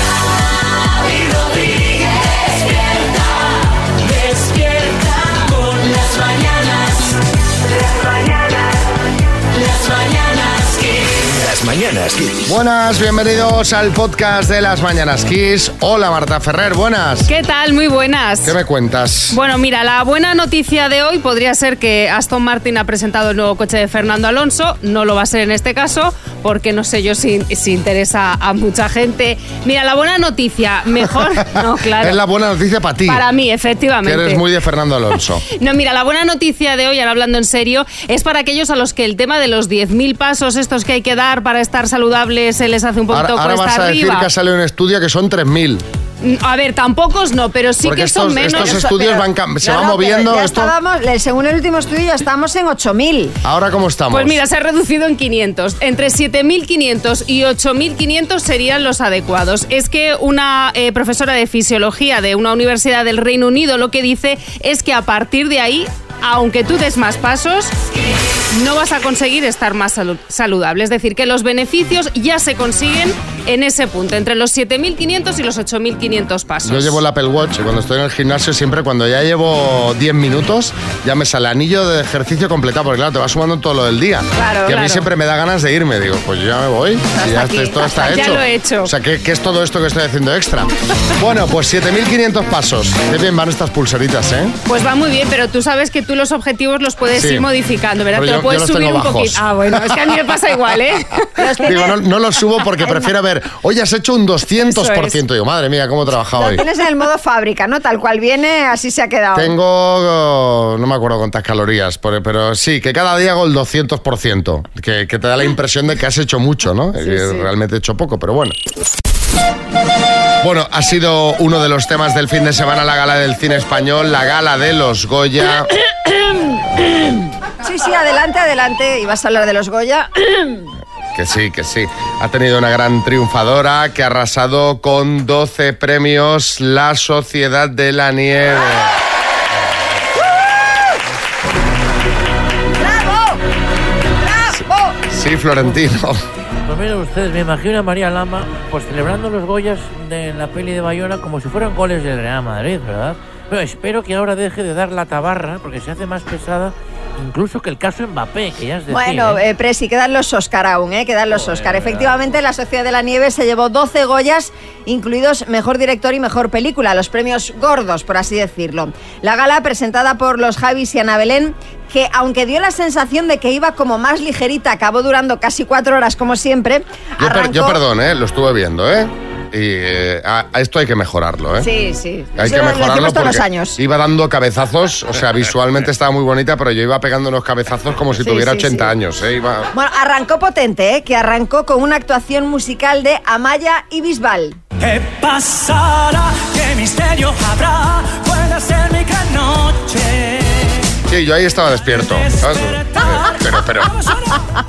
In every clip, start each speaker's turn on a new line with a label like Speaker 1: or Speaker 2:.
Speaker 1: Xavi Rodríguez, despierta, despierta con las mañanas. Las mañanas, las mañanas que
Speaker 2: Las mañanas Kiss.
Speaker 3: Buenas, bienvenidos al podcast de las Mañanas Kiss. Hola Marta Ferrer, buenas.
Speaker 4: ¿Qué tal? Muy buenas.
Speaker 3: ¿Qué me cuentas?
Speaker 4: Bueno, mira, la buena noticia de hoy podría ser que Aston Martin ha presentado el nuevo coche de Fernando Alonso. No lo va a ser en este caso, porque no sé yo si, si interesa a mucha gente. Mira, la buena noticia, mejor. No, claro.
Speaker 3: Es la buena noticia para ti.
Speaker 4: Para mí,
Speaker 3: que
Speaker 4: efectivamente.
Speaker 3: eres muy de Fernando Alonso.
Speaker 4: No, mira, la buena noticia de hoy, ahora hablando en serio, es para aquellos a los que el tema de los 10.000 pasos estos que hay que dar para estar saludables se les hace un
Speaker 3: Ahora,
Speaker 4: poquito
Speaker 3: ahora
Speaker 4: cuesta
Speaker 3: vas a decir
Speaker 4: arriba.
Speaker 3: que ha salido un estudio que son 3.000.
Speaker 4: A ver, tampoco no, pero sí
Speaker 3: porque
Speaker 4: que
Speaker 3: estos,
Speaker 4: son menos.
Speaker 3: estos
Speaker 5: Eso,
Speaker 3: estudios
Speaker 5: pero-
Speaker 3: van cam- se
Speaker 5: No,
Speaker 3: van
Speaker 5: no, pero
Speaker 3: moviendo.
Speaker 5: ya
Speaker 3: esto-
Speaker 5: estábamos- le- según el último estudio ya estamos en 8.000.
Speaker 3: ¿Ahora cómo estamos?
Speaker 4: Pues mira, se ha reducido en 500. Entre 7.500 y 8.500 serían los adecuados. Es que una eh, profesora de fisiología de una universidad del Reino Unido lo que dice es que a partir de ahí, aunque tú des más pasos, no vas a conseguir estar más salu- saludable. Es decir, que los beneficios ya se consiguen en ese punto, entre los 7.500 y los 8.500 pasos.
Speaker 3: Yo llevo el Apple Watch y cuando estoy en el gimnasio siempre cuando ya llevo 10 minutos ya me sale anillo de ejercicio completado porque claro, te va sumando todo lo del día.
Speaker 5: Claro,
Speaker 3: que a mí
Speaker 4: claro.
Speaker 3: siempre me da ganas de irme, digo, pues yo ya me voy, si ya
Speaker 5: aquí,
Speaker 3: esto está
Speaker 4: hasta aquí.
Speaker 3: hecho.
Speaker 4: Ya lo he hecho.
Speaker 3: O sea, ¿qué, qué es todo esto que estoy haciendo extra? bueno, pues 7.500 pasos. Qué bien van estas pulseritas, ¿eh?
Speaker 4: Pues va muy bien, pero tú sabes que tú los objetivos los puedes
Speaker 3: Sí.
Speaker 4: ir modificando, ¿verdad?
Speaker 3: Pero
Speaker 4: Te
Speaker 3: yo-
Speaker 4: lo puedes
Speaker 3: yo los
Speaker 4: subir
Speaker 3: tengo
Speaker 4: un
Speaker 3: bajos.
Speaker 4: poquito. Ah, bueno, es que a mí me pasa igual, ¿eh?
Speaker 3: Digo, no, no los subo porque prefiero ver, hoy has hecho un 200%.
Speaker 4: Eso es.
Speaker 3: Digo, madre mía, cómo he trabajado
Speaker 5: Lo
Speaker 3: hoy.
Speaker 5: tienes en el modo fábrica, ¿no? Tal cual viene, así se ha quedado.
Speaker 3: Tengo, oh, no me acuerdo cuántas calorías, pero, pero sí, que cada día hago el 200%, que, que te da la impresión de que has hecho mucho, ¿no? Que Realmente he hecho poco, pero bueno. Bueno, ha sido uno de los temas del fin de semana la gala del cine español, la gala de los Goya.
Speaker 5: Sí, sí, adelante, adelante. Y vas a hablar de los Goya.
Speaker 3: Que sí, que sí. Ha tenido una gran triunfadora que ha arrasado con 12 premios La Sociedad de la Nieve.
Speaker 5: ¡Bravo! ¡Bravo!
Speaker 3: Sí, Florentino.
Speaker 6: Pues miren ustedes, me imagino a María Lama pues celebrando los Goyas de la peli de Bayona como si fueran goles del Real Madrid, ¿verdad? Pero espero que ahora deje de dar la tabarra porque se hace más pesada incluso que el caso Mbappé, que ya es decir,
Speaker 5: Bueno,
Speaker 6: ¿eh?
Speaker 5: eh, Presi, quedan los Oscar aún, ¿eh? Quedan los Oscar. Efectivamente, la Sociedad de la Nieve se llevó 12 Goyas, incluidos Mejor Director y Mejor Película, los premios gordos, por así decirlo. La gala presentada por los Javis y Ana Belén, que aunque dio la sensación de que iba como más ligerita, acabó durando casi cuatro horas como siempre.
Speaker 3: Yo, per- yo
Speaker 5: arrancó-
Speaker 3: perdón, ¿eh? lo estuve viendo, ¿eh? Y eh, a, a esto hay que mejorarlo, ¿eh?
Speaker 5: Sí, sí.
Speaker 3: Hay
Speaker 5: Eso
Speaker 3: que
Speaker 5: lo- lo
Speaker 3: mejorarlo
Speaker 5: hacemos todos los
Speaker 3: porque
Speaker 5: años.
Speaker 3: iba dando cabezazos, o sea, visualmente estaba muy bonita, pero yo iba pegando unos cabezazos como si
Speaker 5: Sí,
Speaker 3: tuviera
Speaker 5: sí,
Speaker 3: 80
Speaker 5: sí.
Speaker 3: años, ¿eh? Iba...
Speaker 5: Bueno, arrancó potente, ¿eh? que arrancó con una actuación musical de Amaya y Bisbal.
Speaker 1: ¿Qué pasará? ¿Qué misterio habrá? Puede ser mi gran noche.
Speaker 3: Sí, yo ahí estaba despierto. ¿sabes?
Speaker 1: Despertar.
Speaker 3: Pero, pero...
Speaker 1: Vamos ahora.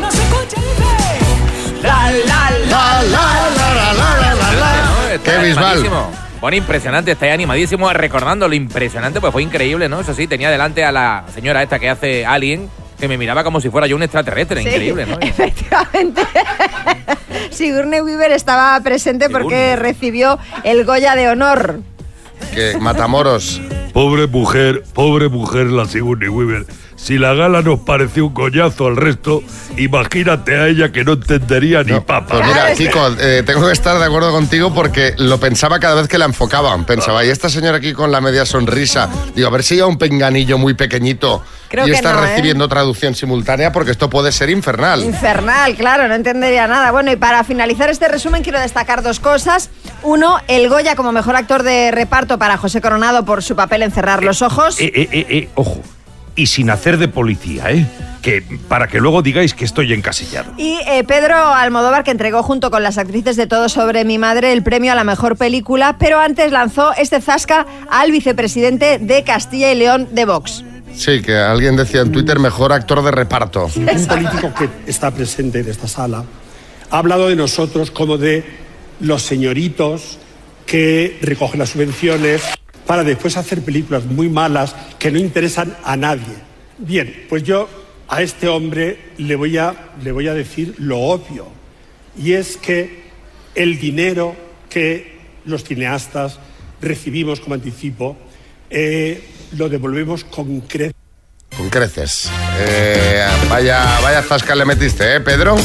Speaker 1: No se escucha, dice. La, la, la.
Speaker 3: La, la, la, la, la, la, la.
Speaker 7: Está
Speaker 3: ¿Qué, Bisbal?
Speaker 7: animadísimo. Bueno, impresionante, está ahí animadísimo recordando lo impresionante, pues fue increíble, ¿no? Eso sí, tenía delante a la señora esta que hace Alien, que me miraba como si fuera yo un extraterrestre,
Speaker 5: Sí,
Speaker 7: increíble, ¿no?
Speaker 5: Efectivamente. Sigourney Weaver estaba presente porque
Speaker 7: Sigourney.
Speaker 5: recibió el Goya de honor.
Speaker 3: Que Matamoros.
Speaker 8: Pobre mujer, pobre mujer la Sigourney Weaver. Si la gala nos pareció un coñazo al resto, imagínate a ella que no entendería ni papa.
Speaker 3: Pues mira,
Speaker 5: Claro, es que-
Speaker 3: Kiko, eh, tengo que estar de acuerdo contigo porque lo pensaba cada vez que la enfocaban. Pensaba, y esta señora aquí con la media sonrisa, digo, a ver si lleva un penganillo muy pequeñito
Speaker 5: Creo
Speaker 3: y
Speaker 5: que
Speaker 3: está
Speaker 5: no, ¿eh?
Speaker 3: recibiendo traducción simultánea porque esto puede ser infernal.
Speaker 5: Infernal, claro, no entendería nada. Bueno, y para finalizar este resumen quiero destacar dos cosas. Uno, el Goya como mejor actor de reparto para José Coronado por su papel en Cerrar los Ojos.
Speaker 8: Eh, eh, eh, eh, ojo. Y sin hacer de policía, ¿eh? Que para que luego digáis que estoy encasillado.
Speaker 5: Y eh, Pedro Almodóvar, que entregó junto con las actrices de Todo sobre mi madre el premio a la mejor película, pero antes lanzó este zasca al vicepresidente de Castilla y León de Vox.
Speaker 3: Sí, que alguien decía en Twitter, mejor actor de reparto.
Speaker 9: un político que está presente en esta sala ha hablado de nosotros como de los señoritos que recogen las subvenciones para después hacer películas muy malas que no interesan a nadie. Bien, pues yo a este hombre le voy a, le voy a decir lo obvio, y es que el dinero que los cineastas recibimos como anticipo eh, lo devolvemos con creces.
Speaker 3: Con creces. Eh, vaya, vaya zasca le metiste, ¿eh, Pedro?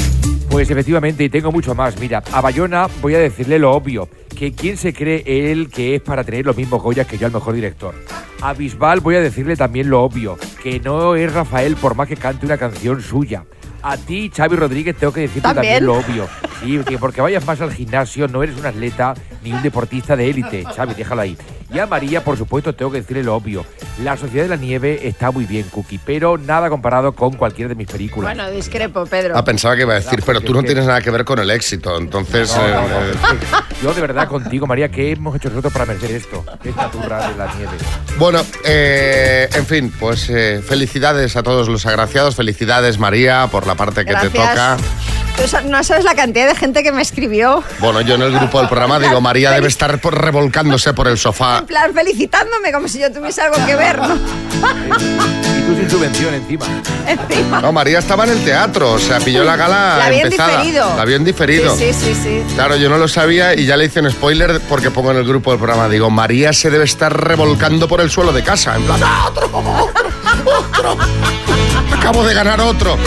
Speaker 7: Pues efectivamente, y tengo mucho más. Mira, a Bayona voy a decirle lo obvio, que quién se cree él que es para tener los mismos Goyas que yo al mejor director. A Bisbal voy a decirle también lo obvio, que no es Rafael por más que cante una canción suya. A ti, Xavi Rodríguez, tengo que decirte
Speaker 5: ¿También?
Speaker 7: también, lo obvio. Sí, que porque vayas más al gimnasio no eres un atleta ni un deportista de élite. Xavi, déjalo ahí. Y a María, por supuesto, tengo que decirle lo obvio. La Sociedad de la Nieve está muy bien, Cookie, pero nada comparado con cualquiera de mis películas.
Speaker 5: Bueno, discrepo, Pedro.
Speaker 3: Ah, pensaba que iba a decir, pero tú no tienes nada que ver con el éxito, entonces... eh, eh,
Speaker 7: Yo de verdad contigo, María, ¿qué hemos hecho nosotros para merecer esto? Esta turra de la nieve.
Speaker 3: Bueno, eh, en fin, pues eh, felicidades a todos los agraciados, felicidades María por la parte que te toca.
Speaker 5: Gracias. Tú sa- no sabes la cantidad de gente que me escribió.
Speaker 3: Bueno, yo en el grupo del programa digo, María debe estar por- revolcándose por el sofá.
Speaker 5: En plan, felicitándome como si yo tuviese algo que ver. ¿no?
Speaker 7: Y tú sin subvención encima.
Speaker 5: Encima.
Speaker 3: No, María estaba en el teatro, o sea, pilló la gala
Speaker 5: La habían
Speaker 3: empezada.
Speaker 5: diferido.
Speaker 3: La habían diferido.
Speaker 5: Sí, sí, sí, sí.
Speaker 3: Claro, yo no lo sabía y ya le hice un spoiler porque pongo en el grupo del programa, digo, María se debe estar revolcando por el suelo de casa, en plan, "¡Ah, otro, otro, otro! Acabo de ganar otro.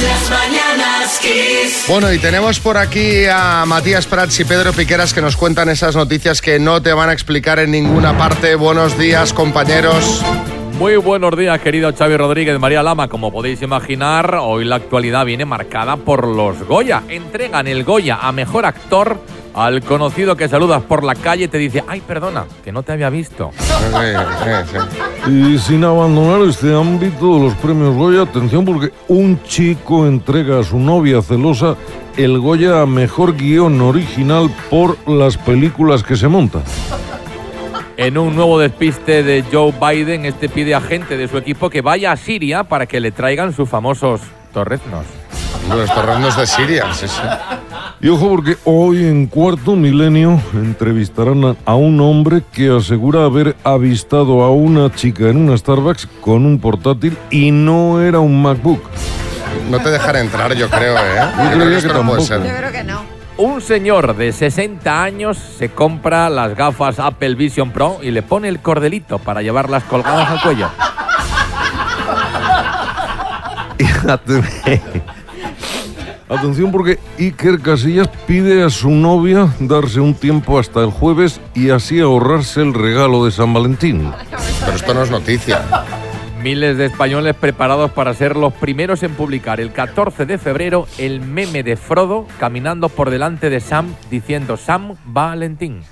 Speaker 3: Bueno, y tenemos por aquí a Matías Prats y Pedro Piqueras que nos cuentan esas noticias que no te van a explicar en ninguna parte. Buenos días, compañeros.
Speaker 7: Muy buenos días, querido Xavi Rodríguez, María Lama. Como podéis imaginar, hoy la actualidad viene marcada por los Goya. Entregan el Goya a Mejor Actor al conocido que saludas por la calle y te dice, ay, perdona, que no te había visto.
Speaker 8: Y sin abandonar este ámbito de los premios Goya, atención porque un chico entrega a su novia celosa el Goya a Mejor Guión Original por las películas que se montan.
Speaker 7: En un nuevo despiste de Joe Biden, este pide a gente de su equipo que vaya a Siria para que le traigan sus famosos torreznos.
Speaker 3: Los torrenos de Siria, sí, sí.
Speaker 8: Y ojo porque hoy en Cuarto Milenio entrevistarán a- a un hombre que asegura haber avistado a una chica en una Starbucks con un portátil y no era un MacBook.
Speaker 3: No te dejaré entrar, yo creo, ¿eh?
Speaker 8: Yo creía
Speaker 3: esto
Speaker 8: que
Speaker 3: no puede
Speaker 8: tampoco.
Speaker 5: Yo
Speaker 3: ser.
Speaker 5: creo que no.
Speaker 7: Un señor de 60 años se compra las gafas Apple Vision Pro y le pone el cordelito para llevarlas colgadas al cuello.
Speaker 8: Atención porque Iker Casillas pide a su novia darse un tiempo hasta el jueves y así ahorrarse el regalo de San Valentín.
Speaker 3: Pero esto no es noticia.
Speaker 7: Miles de españoles preparados para ser los primeros en publicar el 14 de febrero el meme de Frodo caminando por delante de Sam diciendo Sam Valentín.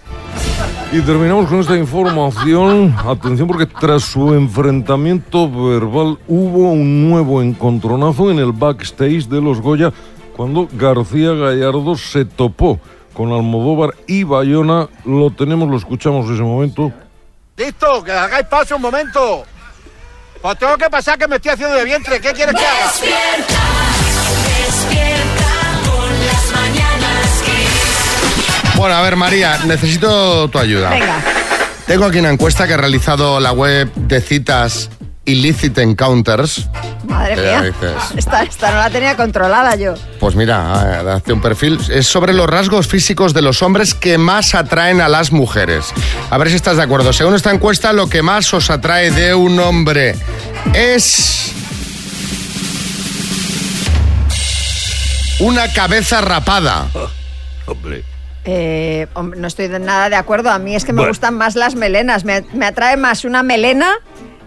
Speaker 8: Y terminamos con esta información. Atención porque tras su enfrentamiento verbal hubo un nuevo encontronazo en el backstage de los Goya cuando García Gallardo se topó con Almodóvar y Bayona. Lo tenemos, lo escuchamos en ese momento.
Speaker 2: Listo, que hagáis paso un momento. Pues tengo que pasar que me estoy haciendo de vientre. ¿Qué quieres que haga?
Speaker 3: Bueno, a ver, María, necesito tu ayuda.
Speaker 5: Venga.
Speaker 3: Tengo aquí una encuesta que ha realizado la web de citas Illicit Encounters.
Speaker 5: Madre
Speaker 3: ¿Qué
Speaker 5: mía.
Speaker 3: dices?
Speaker 5: Esta, esta no la tenía controlada yo.
Speaker 3: Pues mira, eh, hazte un perfil. Es sobre los rasgos físicos de los hombres que más atraen a las mujeres. A ver si estás de acuerdo. Según esta encuesta, lo que más os atrae de un hombre es... Una cabeza rapada.
Speaker 8: Hombre.
Speaker 5: Eh, hom- no estoy de nada de acuerdo. A mí es que me
Speaker 8: Bueno.
Speaker 5: gustan más las melenas. Me, me atrae más una melena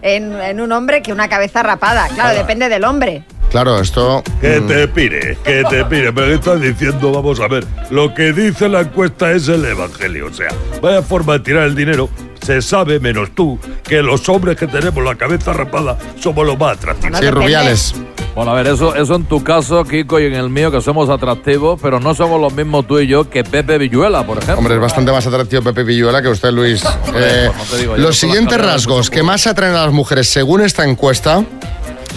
Speaker 5: en, en un hombre que una cabeza rapada. Claro, depende del hombre.
Speaker 3: Claro, esto... mm.
Speaker 8: Que te pire, que te pire. Pero ¿qué estás diciendo? Vamos a ver. Lo que dice la encuesta es el evangelio. O sea, vaya forma de tirar el dinero. Se sabe, menos tú, que los hombres que tenemos la cabeza rapada somos los más atractivos.
Speaker 5: No
Speaker 3: sí,
Speaker 5: depende.
Speaker 3: rubiales.
Speaker 7: Bueno, a ver, eso, eso en tu caso, Kiko, y en el mío, que somos atractivos, pero no somos los mismos tú y yo que Pepe Villuela, por ejemplo.
Speaker 3: Hombre, es bastante más atractivo Pepe Villuela que usted, Luis. Eh,
Speaker 7: pues no te digo yo,
Speaker 3: los
Speaker 7: con las
Speaker 3: siguientes
Speaker 7: carreras,
Speaker 3: rasgos
Speaker 7: por
Speaker 3: que más atraen a las mujeres según esta encuesta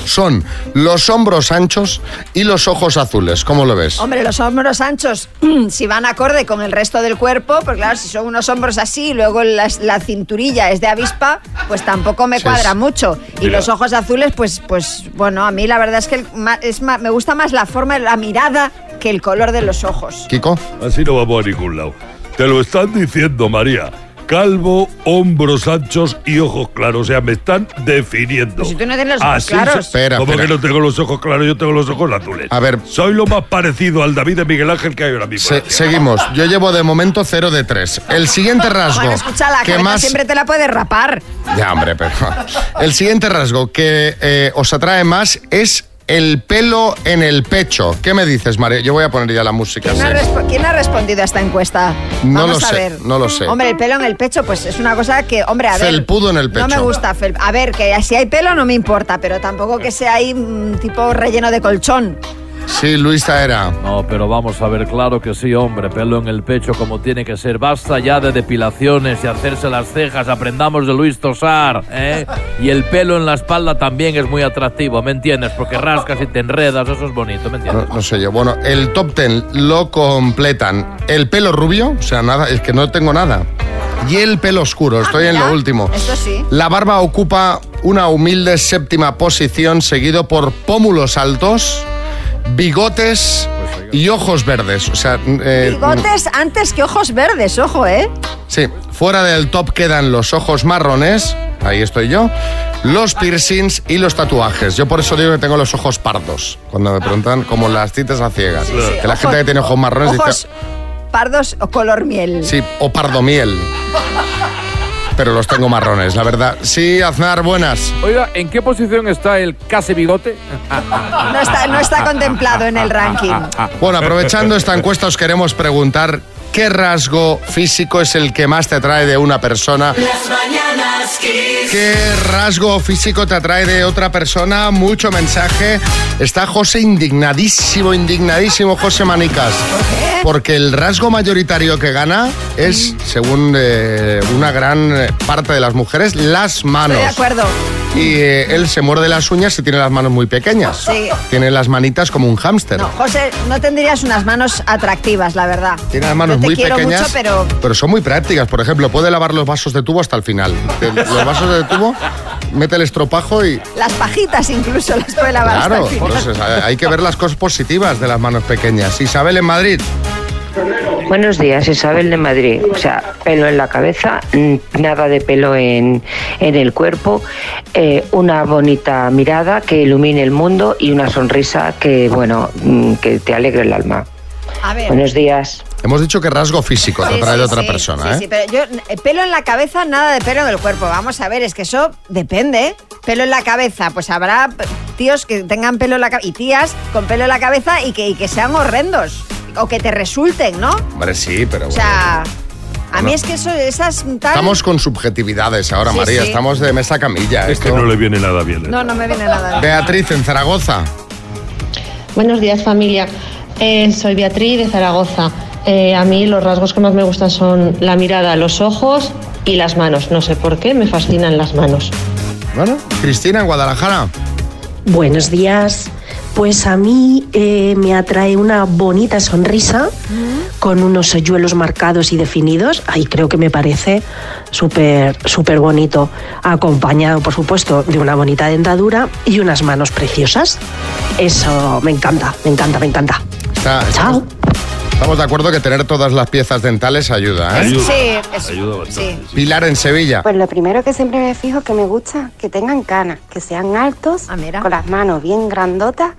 Speaker 3: son los hombros anchos y los ojos azules. ¿Cómo lo ves?
Speaker 5: Hombre, los hombros anchos, si van acorde con el resto del cuerpo, pues claro, si son unos hombros así y luego la, la cinturilla es de avispa, pues tampoco me
Speaker 3: Sí,
Speaker 5: cuadra
Speaker 3: es-
Speaker 5: mucho. Y
Speaker 3: Mira.
Speaker 5: los ojos azules, pues, pues bueno, a mí la verdad es que el ma- es ma- me gusta más la forma, la mirada que el color de los ojos.
Speaker 3: Kiko.
Speaker 10: Así no vamos a ningún lado. Te lo están diciendo, María. Calvo, hombros anchos y ojos claros. O sea, me están definiendo.
Speaker 5: Pues si tú no tienes los
Speaker 3: Ah,
Speaker 5: ojos
Speaker 10: Así
Speaker 5: claros.
Speaker 10: se-
Speaker 3: Espera,
Speaker 10: ¿Cómo
Speaker 3: espera.
Speaker 10: que no tengo los ojos claros? Yo tengo los ojos azules.
Speaker 3: A ver.
Speaker 10: Soy lo más parecido al David de Miguel Ángel que hay ahora mismo.
Speaker 3: Se- seguimos. Yo llevo de momento 0 de 3. El siguiente rasgo
Speaker 5: Bueno, escucha, la
Speaker 3: que
Speaker 5: cabeza
Speaker 3: más
Speaker 5: siempre te la puedes rapar.
Speaker 3: Ya, hombre, pero. El siguiente rasgo que eh, os atrae más es el pelo en el pecho. ¿Qué me dices, María? Yo voy a poner ya la música.
Speaker 5: ¿Quién,
Speaker 3: sí.
Speaker 5: ha, respo- quién ha respondido a esta encuesta?
Speaker 3: No
Speaker 5: Vamos
Speaker 3: lo
Speaker 5: a
Speaker 3: sé,
Speaker 5: ver.
Speaker 3: no lo sé.
Speaker 5: Hombre, el pelo en el pecho, pues es una cosa que, hombre, a ver.
Speaker 3: Felpudo en el pecho.
Speaker 5: No me gusta. fel- a ver, que si hay pelo no me importa, pero tampoco que sea ahí mm, tipo relleno de colchón.
Speaker 3: Sí, Luis era.
Speaker 11: No, pero vamos a ver, claro que sí, hombre, pelo en el pecho como tiene que ser. Basta ya de depilaciones y hacerse las cejas, aprendamos de Luis Tosar, ¿eh? Y el pelo en la espalda también es muy atractivo, ¿me entiendes? Porque rascas y te enredas, eso es bonito, ¿me entiendes?
Speaker 3: No, no sé yo. Bueno, el top ten lo completan el pelo rubio, o sea, nada, es que no tengo nada. Y el pelo oscuro, estoy en
Speaker 5: Ah, mira,
Speaker 3: lo último.
Speaker 5: esto sí.
Speaker 3: La barba ocupa una humilde séptima posición, seguido por pómulos altos, bigotes y ojos verdes. O sea, eh,
Speaker 5: Bigotes antes que ojos verdes, ojo, ¿eh?
Speaker 3: Sí, fuera del top quedan los ojos marrones, ahí estoy yo, los piercings y los tatuajes. Yo por eso digo que tengo los ojos pardos, cuando me preguntan como las citas a ciegas.
Speaker 5: Sí,
Speaker 3: que la
Speaker 5: ojos-
Speaker 3: gente que tiene ojos marrones dice,
Speaker 5: Ojos pardos o color miel.
Speaker 3: sí, o pardo miel. Pero los tengo marrones, la verdad. Sí, Aznar, buenas.
Speaker 7: Oiga, ¿en qué posición está el casi bigote?
Speaker 5: No, está, no está contemplado en el ranking.
Speaker 3: Ah, Bueno, aprovechando esta encuesta os queremos preguntar qué rasgo físico es el que más te atrae de una persona. ¿Qué rasgo físico te atrae de otra persona? Mucho mensaje. Está José indignadísimo, indignadísimo José Manicas. Porque el rasgo mayoritario que gana es, según eh, una gran eh, parte de las mujeres, las manos.
Speaker 5: Estoy de acuerdo.
Speaker 3: Y eh, él se muerde las uñas y tiene las manos muy pequeñas.
Speaker 5: Sí.
Speaker 3: Tiene las manitas como un hámster.
Speaker 5: No, José, no tendrías unas manos atractivas, la verdad.
Speaker 3: Tiene las manos
Speaker 5: Yo te
Speaker 3: muy
Speaker 5: quiero
Speaker 3: pequeñas,
Speaker 5: mucho, pero
Speaker 3: son muy prácticas. Por ejemplo, puede lavar los vasos de tubo hasta el final. Te- Los vasos de tubo, mete el estropajo y...
Speaker 5: las pajitas incluso las puede lavar hasta
Speaker 3: Claro,
Speaker 5: el final.
Speaker 3: entonces, a- hay que ver las cosas positivas de las manos pequeñas. Isabel en Madrid.
Speaker 12: Buenos días, Isabel de Madrid. O sea, pelo en la cabeza, mm, nada de pelo en, en el cuerpo, eh, una bonita mirada que ilumine el mundo y una sonrisa que, bueno, mm, que te alegre el alma.
Speaker 5: A ver.
Speaker 12: Buenos días.
Speaker 3: Hemos dicho que rasgo físico te
Speaker 5: Sí,
Speaker 3: atrae
Speaker 5: sí,
Speaker 3: de otra
Speaker 5: sí,
Speaker 3: persona,
Speaker 5: sí,
Speaker 3: ¿eh?
Speaker 5: sí, pero yo, eh, pelo en la cabeza, nada de pelo en el cuerpo. Vamos a ver, es que eso depende. ¿eh? Pelo en la cabeza, pues habrá p- tíos que tengan pelo en la cabeza y tías con pelo en la cabeza y que, y que sean horrendos. O que te resulten, ¿no?
Speaker 3: Hombre, sí, pero
Speaker 5: O
Speaker 3: bueno.
Speaker 5: sea, a mí
Speaker 3: Bueno.
Speaker 5: es que eso, esas tal...
Speaker 3: Estamos con subjetividades ahora,
Speaker 5: Sí,
Speaker 3: María.
Speaker 5: sí.
Speaker 3: Estamos de mesa camilla.
Speaker 10: Es que
Speaker 3: esto.
Speaker 10: no le viene nada bien.
Speaker 5: No, no me viene nada.
Speaker 3: Beatriz en Zaragoza.
Speaker 12: Buenos días, familia. Eh, soy Beatriz de Zaragoza. Eh, a mí los rasgos que más me gustan son la mirada, los ojos y las manos. No sé por qué, me fascinan las manos.
Speaker 3: Bueno, Cristina en Guadalajara.
Speaker 12: Buenos días. Pues a mí eh, me atrae una bonita sonrisa con unos hoyuelos marcados y definidos. Ahí creo que me parece súper, súper bonito. Acompañado, por supuesto, de una bonita dentadura y unas manos preciosas. Eso me encanta, me encanta, me encanta.
Speaker 3: Está-
Speaker 12: Chao.
Speaker 3: Estamos de acuerdo que tener todas las piezas dentales ayuda, ¿eh?
Speaker 10: Ayuda,
Speaker 5: Sí, es-
Speaker 10: ayuda bastante.
Speaker 5: sí.
Speaker 3: Pilar en Sevilla.
Speaker 12: Pues lo primero que siempre me fijo que me gusta que tengan canas, que sean altos,
Speaker 5: Ah, mira.
Speaker 12: con las manos bien grandotas,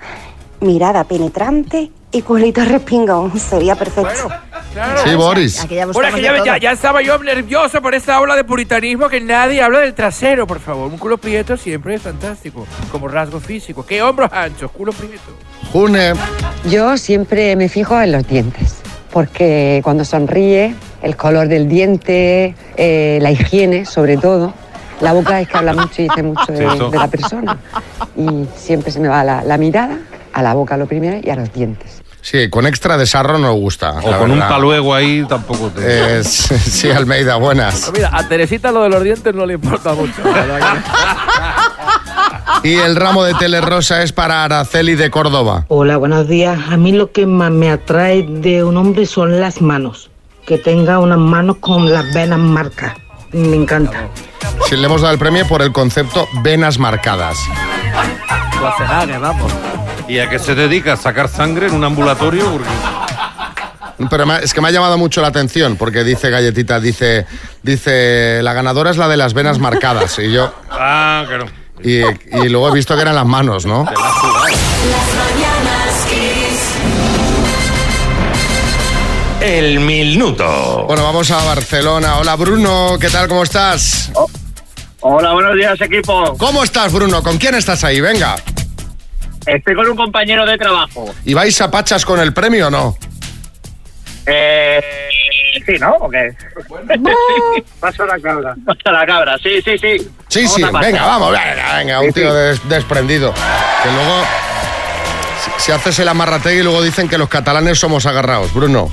Speaker 12: mirada penetrante y culito respingón. Sería perfecto.
Speaker 7: Claro.
Speaker 3: Sí, Boris.
Speaker 5: Aquí ya
Speaker 7: Bueno,
Speaker 5: buscamos
Speaker 7: que
Speaker 5: de
Speaker 7: ya,
Speaker 5: todo.
Speaker 7: ya, ya estaba yo nervioso por esta ola de puritanismo que nadie habla del trasero, por favor. Un culo prieto siempre es fantástico, como rasgo físico. ¿Qué hombros anchos? Culo prieto.
Speaker 3: June.
Speaker 12: Yo siempre me fijo en los dientes, porque cuando sonríe, el color del diente, eh, la higiene sobre todo. La boca es que habla mucho y dice mucho de,
Speaker 10: Cierto.
Speaker 12: de la persona. Y siempre se me va la, la mirada a la boca lo primero y a los dientes.
Speaker 3: Sí, con extra de sarro no gusta.
Speaker 8: O
Speaker 3: la
Speaker 8: con un
Speaker 3: verdad.
Speaker 8: paluego ahí tampoco te...
Speaker 3: Eh, sí, sí, Almeida, buenas.
Speaker 11: Mira, a Teresita lo de los dientes no le importa mucho. la verdad que-
Speaker 3: Y el ramo de Telerosa es para Araceli de Córdoba.
Speaker 13: Hola, buenos días. A mí lo que más me atrae de un hombre son las manos. Que tenga unas manos con las venas marcas. Me encanta.
Speaker 3: Si le hemos dado el premio por el concepto venas marcadas.
Speaker 11: Pues vamos.
Speaker 14: ¿Y a qué se dedica? ¿A sacar sangre en un ambulatorio? Porque-
Speaker 3: Pero me- es que me ha llamado mucho la atención porque dice galletita, dice, dice la ganadora es la de las venas marcadas y yo
Speaker 14: Ah, claro.
Speaker 3: y, y luego he visto que eran las manos, ¿no?
Speaker 14: El minuto.
Speaker 3: Bueno, vamos a Barcelona. Hola Bruno, ¿qué tal? ¿Cómo estás?
Speaker 15: Oh, Hola, buenos días, equipo.
Speaker 3: ¿Cómo estás, Bruno? ¿Con quién estás ahí? Venga.
Speaker 15: Estoy con un compañero de trabajo.
Speaker 3: ¿Y vais a pachas con el premio o no?
Speaker 15: Eh, sí, ¿no? ¿O qué? Pasa la cabra. Pasa la cabra, sí, sí, sí.
Speaker 3: Sí, sí,
Speaker 15: Vamos a
Speaker 3: venga,
Speaker 15: pasar.
Speaker 3: vamos, venga, venga,
Speaker 15: Sí,
Speaker 3: un tío
Speaker 15: sí.
Speaker 3: des- desprendido. Que luego, si, si haces el amarrategui, luego dicen que los catalanes somos agarrados, Bruno.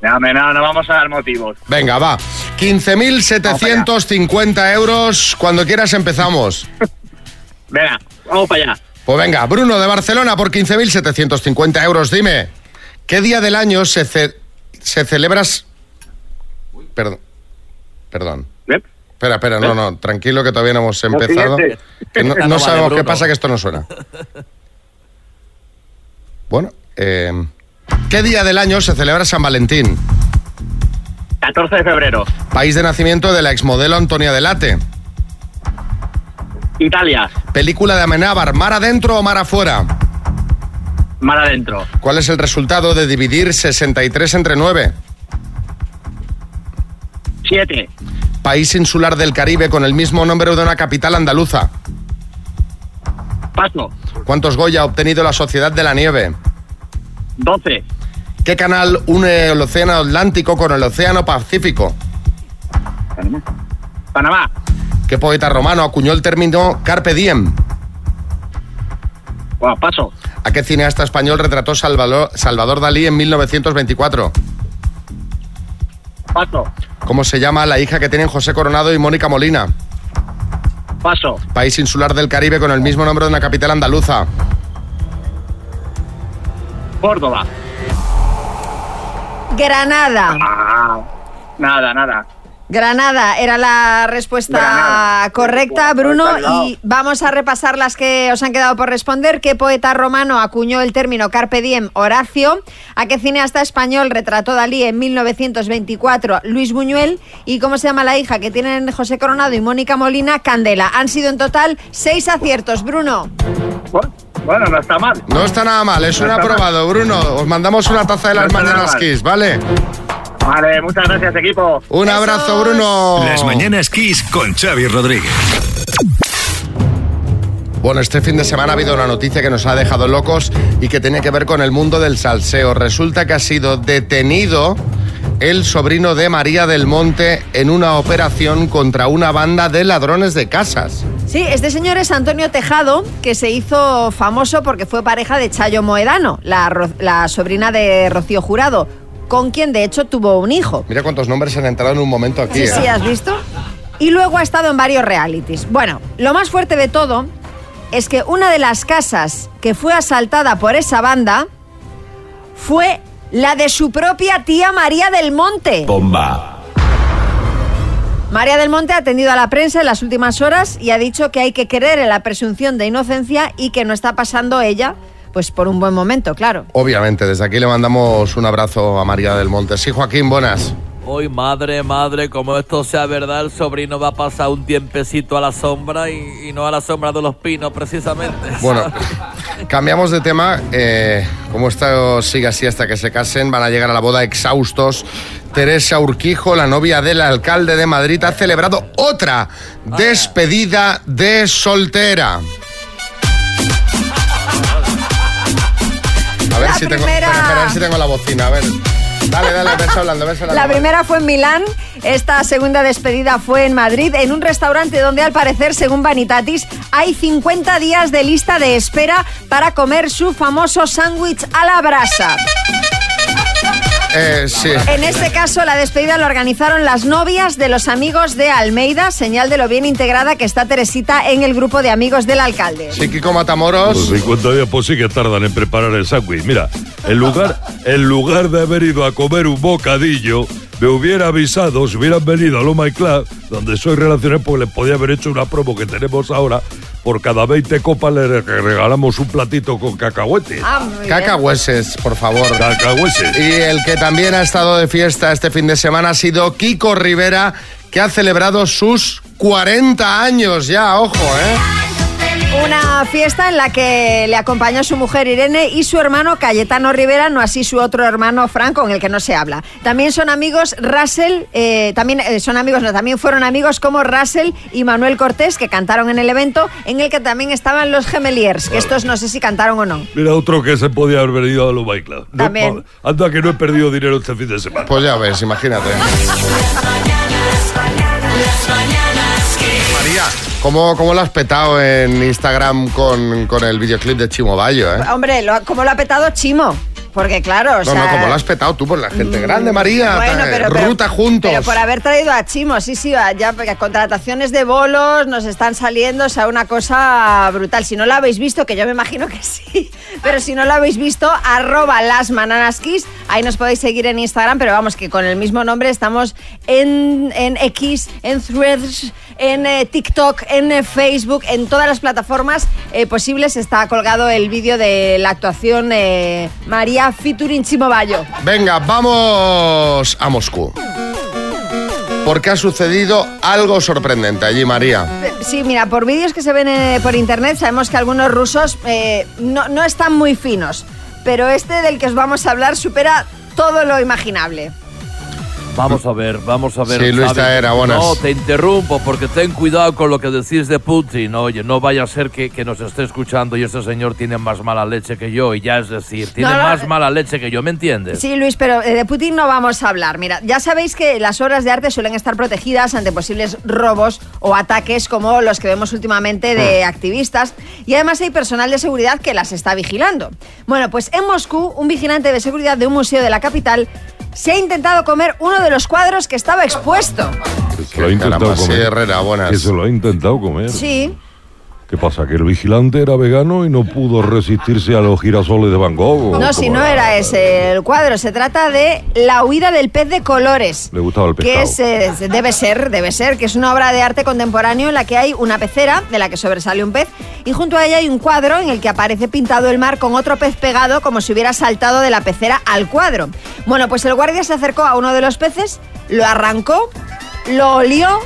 Speaker 15: No, hombre, no, no vamos a dar motivos.
Speaker 3: Venga, va. 15.750 euros. Cuando quieras empezamos.
Speaker 15: Venga, vamos para allá.
Speaker 3: Pues venga, Bruno de Barcelona por 15.750 euros. Dime, ¿qué día del año se, ce- se celebras... Perdón. Perdón. Espera, espera, no, no, tranquilo que todavía no hemos empezado.
Speaker 15: ¿Eh? siguiente.
Speaker 3: Que no,
Speaker 15: Esta
Speaker 3: no
Speaker 15: no vale,
Speaker 3: sabemos qué
Speaker 15: Bruno.
Speaker 3: pasa, que esto no suena. Bueno, eh, ¿qué día del año se celebra San Valentín?
Speaker 15: 14 de febrero,
Speaker 3: País de nacimiento de la exmodelo Antonia Delate.
Speaker 15: Italia,
Speaker 3: Película de Amenábar, ¿mar adentro o mar afuera?
Speaker 15: mar adentro.
Speaker 3: ¿Cuál es el resultado de dividir 63 entre 9?
Speaker 15: 7,
Speaker 3: País insular del Caribe con el mismo nombre de una capital andaluza.
Speaker 15: paso.
Speaker 3: ¿Cuántos Goya ha obtenido la Sociedad de la Nieve?
Speaker 15: 12,
Speaker 3: ¿Qué canal une el Océano Atlántico con el Océano Pacífico?
Speaker 15: Panamá,
Speaker 3: ¿Qué poeta romano acuñó el término Carpe Diem?
Speaker 15: Buah, paso.
Speaker 3: ¿A qué cineasta español retrató Salvalo- Salvador Dalí en 1924?
Speaker 15: paso,
Speaker 3: ¿Cómo se llama la hija que tienen José Coronado y Mónica Molina?
Speaker 15: paso.
Speaker 3: País insular del Caribe con el mismo nombre de una capital andaluza.
Speaker 15: Córdoba.
Speaker 5: Granada.
Speaker 15: Ah, Nada, nada.
Speaker 5: Granada era la respuesta correcta, Bruno. Y vamos a repasar las que os han quedado por responder. ¿Qué poeta romano acuñó el término Carpe Diem Horacio? ¿A qué cineasta español retrató Dalí en 1924 Luis Buñuel? ¿Y cómo se llama la hija que tienen José Coronado y Mónica Molina? Candela. Han sido en total seis aciertos, Bruno.
Speaker 15: Bueno, no está mal.
Speaker 3: No está nada mal, es
Speaker 15: No
Speaker 3: un
Speaker 15: está
Speaker 3: aprobado, Bruno. Os mandamos una taza de
Speaker 15: No
Speaker 3: las
Speaker 15: está nada
Speaker 3: mañanas
Speaker 15: mal.
Speaker 3: Kiss, ¿vale?
Speaker 15: Vale, Eh, muchas gracias, equipo.
Speaker 3: Un abrazo, Bruno.
Speaker 16: Las mañanas Kiss con Xavi Rodríguez.
Speaker 3: Bueno, este fin de semana ha habido una noticia que nos ha dejado locos y que tiene que ver con el mundo del salseo. Resulta que ha sido detenido el sobrino de María del Monte en una operación contra una banda de ladrones de casas.
Speaker 5: Sí, este señor es Antonio Tejado, que se hizo famoso porque fue pareja de Chayo Moedano, la, ro- la sobrina de Rocío Jurado, con quien de hecho tuvo un hijo.
Speaker 3: Mira cuántos nombres se han entrado en un momento aquí.
Speaker 5: Sí,
Speaker 3: ¿eh?
Speaker 5: sí, ¿has visto? Y luego ha estado en varios realities. Bueno, lo más fuerte de todo es que una de las casas que fue asaltada por esa banda fue la de su propia tía María del Monte.
Speaker 16: Bomba.
Speaker 5: María del Monte ha atendido a la prensa en las últimas horas y ha dicho que hay que creer en la presunción de inocencia y que no está pasando ella, pues por un buen momento, claro.
Speaker 3: Obviamente, desde aquí le mandamos un abrazo a María del Monte. Sí, Joaquín, buenas.
Speaker 11: Hoy, madre, madre, como esto sea verdad, el sobrino va a pasar un tiempecito a la sombra y, y no a la sombra de los pinos, precisamente.
Speaker 3: Bueno, cambiamos de tema. Eh, como esto sigue así hasta que se casen, van a llegar a la boda exhaustos. Teresa Urquijo, la novia del alcalde de Madrid, ha celebrado otra despedida de soltera. A ver,
Speaker 5: La
Speaker 3: si tengo,
Speaker 5: primera.
Speaker 3: espera, espera, a ver si tengo la bocina. A ver. Dale, dale, ves hablando, ves hablando.
Speaker 5: La primera fue en Milán, esta segunda despedida fue en Madrid, en un restaurante donde al parecer, según Vanitatis, hay 50 días de lista de espera para comer su famoso sándwich a la brasa.
Speaker 3: Eh, sí.
Speaker 5: En este caso, la despedida la organizaron las novias de los amigos de Almeida, señal de lo bien integrada que está Teresita en el grupo de amigos del alcalde.
Speaker 3: Sí, Kiko Matamoros.
Speaker 10: Los 50 días pues sí que tardan en preparar el sándwich. Mira, en lugar, en lugar de haber ido a comer un bocadillo, me hubiera avisado si hubieran venido a Loma y Club, donde soy relaciones, pues les podía haber hecho una promo que tenemos ahora. Por cada 20 copas le re- regalamos un platito con cacahuetes.
Speaker 3: Ah.
Speaker 5: Ah,
Speaker 3: Cacahueses, por favor.
Speaker 10: Este. Cacahueses.
Speaker 3: Y el que también ha estado de fiesta este fin de semana ha sido Kiko Rivera, que ha celebrado sus 40 años ya, ojo, ¿eh?
Speaker 5: Una fiesta en la que le acompañó su mujer Irene y su hermano Cayetano Rivera, no así su otro hermano Franco, con el que no se habla. También son amigos Russell, eh, también eh, son amigos, no, también fueron amigos como Russell y Manuel Cortés, que cantaron en el evento, en el que también estaban los gemeliers, que estos no sé si cantaron o
Speaker 3: ¿Eh?
Speaker 5: no.
Speaker 10: Mira otro que se podía haber venido a Loma y Club. No,
Speaker 5: También.
Speaker 10: pa- anda que no he perdido dinero este fin de semana.
Speaker 3: Pues ya ves, imagínate. María. ¿Cómo, cómo lo has petado en Instagram con, con el videoclip de Chimo Bayo, eh?
Speaker 5: Hombre, lo- como lo ha petado Chimo, porque claro, o
Speaker 3: No,
Speaker 5: sea...
Speaker 3: no, como lo has petado tú por la gente.
Speaker 5: Mm,
Speaker 3: Grande María,
Speaker 5: bueno,
Speaker 3: ta- eh,
Speaker 5: pero- pero-
Speaker 3: ruta juntos.
Speaker 5: Pero por haber traído a Chimo, sí, sí, a- ya porque contrataciones de bolos nos están saliendo, o sea, una cosa brutal. Si no la habéis visto, que yo me imagino que sí, pero si no la habéis visto, arroba las kiss, ahí nos podéis seguir en Instagram, pero vamos, que con el mismo nombre estamos en, en X, en Threads, en eh, TikTok, en eh, Facebook, en todas las plataformas eh, posibles está colgado el vídeo de la actuación eh, María featuring Chimo Bayo.
Speaker 3: Venga, vamos a Moscú. Porque ha sucedido algo sorprendente allí, María.
Speaker 5: Sí, mira, por vídeos que se ven eh, por internet sabemos que algunos rusos eh, no, no están muy finos, pero este del que os vamos a hablar supera todo lo imaginable.
Speaker 11: Vamos a ver, vamos a ver.
Speaker 3: Sí, Luis
Speaker 11: Xavi.
Speaker 3: Taera, buenas.
Speaker 11: No, te interrumpo porque ten cuidado con lo que decís de Putin. Oye, no vaya a ser que, que nos esté escuchando y este señor tiene más mala leche que yo. Y ya es decir, tiene
Speaker 5: No, no,
Speaker 11: más
Speaker 5: eh,
Speaker 11: mala leche que yo, ¿me entiendes?
Speaker 5: Sí, Luis, pero eh, de Putin no vamos a hablar. Mira, ya sabéis que las obras de arte suelen estar protegidas ante posibles robos o ataques como los que vemos últimamente de activistas y además hay personal de seguridad que las está vigilando. Bueno, pues en Moscú, un vigilante de seguridad de un museo de la capital se ha intentado comer uno de los cuadros que estaba expuesto.
Speaker 8: Se lo ha intentado
Speaker 3: Caramba, sí,
Speaker 8: comer.
Speaker 3: Herrera, buenas.
Speaker 8: Que se lo ha intentado comer.
Speaker 5: Sí.
Speaker 8: ¿Qué pasa? ¿Que el vigilante era vegano y no pudo resistirse a los girasoles de Van Gogh? ¿O
Speaker 5: No, si
Speaker 8: cómo
Speaker 5: no era ese el cuadro, se trata de La huida del pez de colores.
Speaker 8: Le gustaba el
Speaker 5: Que
Speaker 8: pescado.
Speaker 5: es, eh, debe ser, debe ser, que es una obra de arte contemporáneo en la que hay una pecera de la que sobresale un pez y junto a ella hay un cuadro en el que aparece pintado el mar con otro pez pegado como si hubiera saltado de la pecera al cuadro. Bueno, pues el guardia se acercó a uno de los peces, lo arrancó, lo olió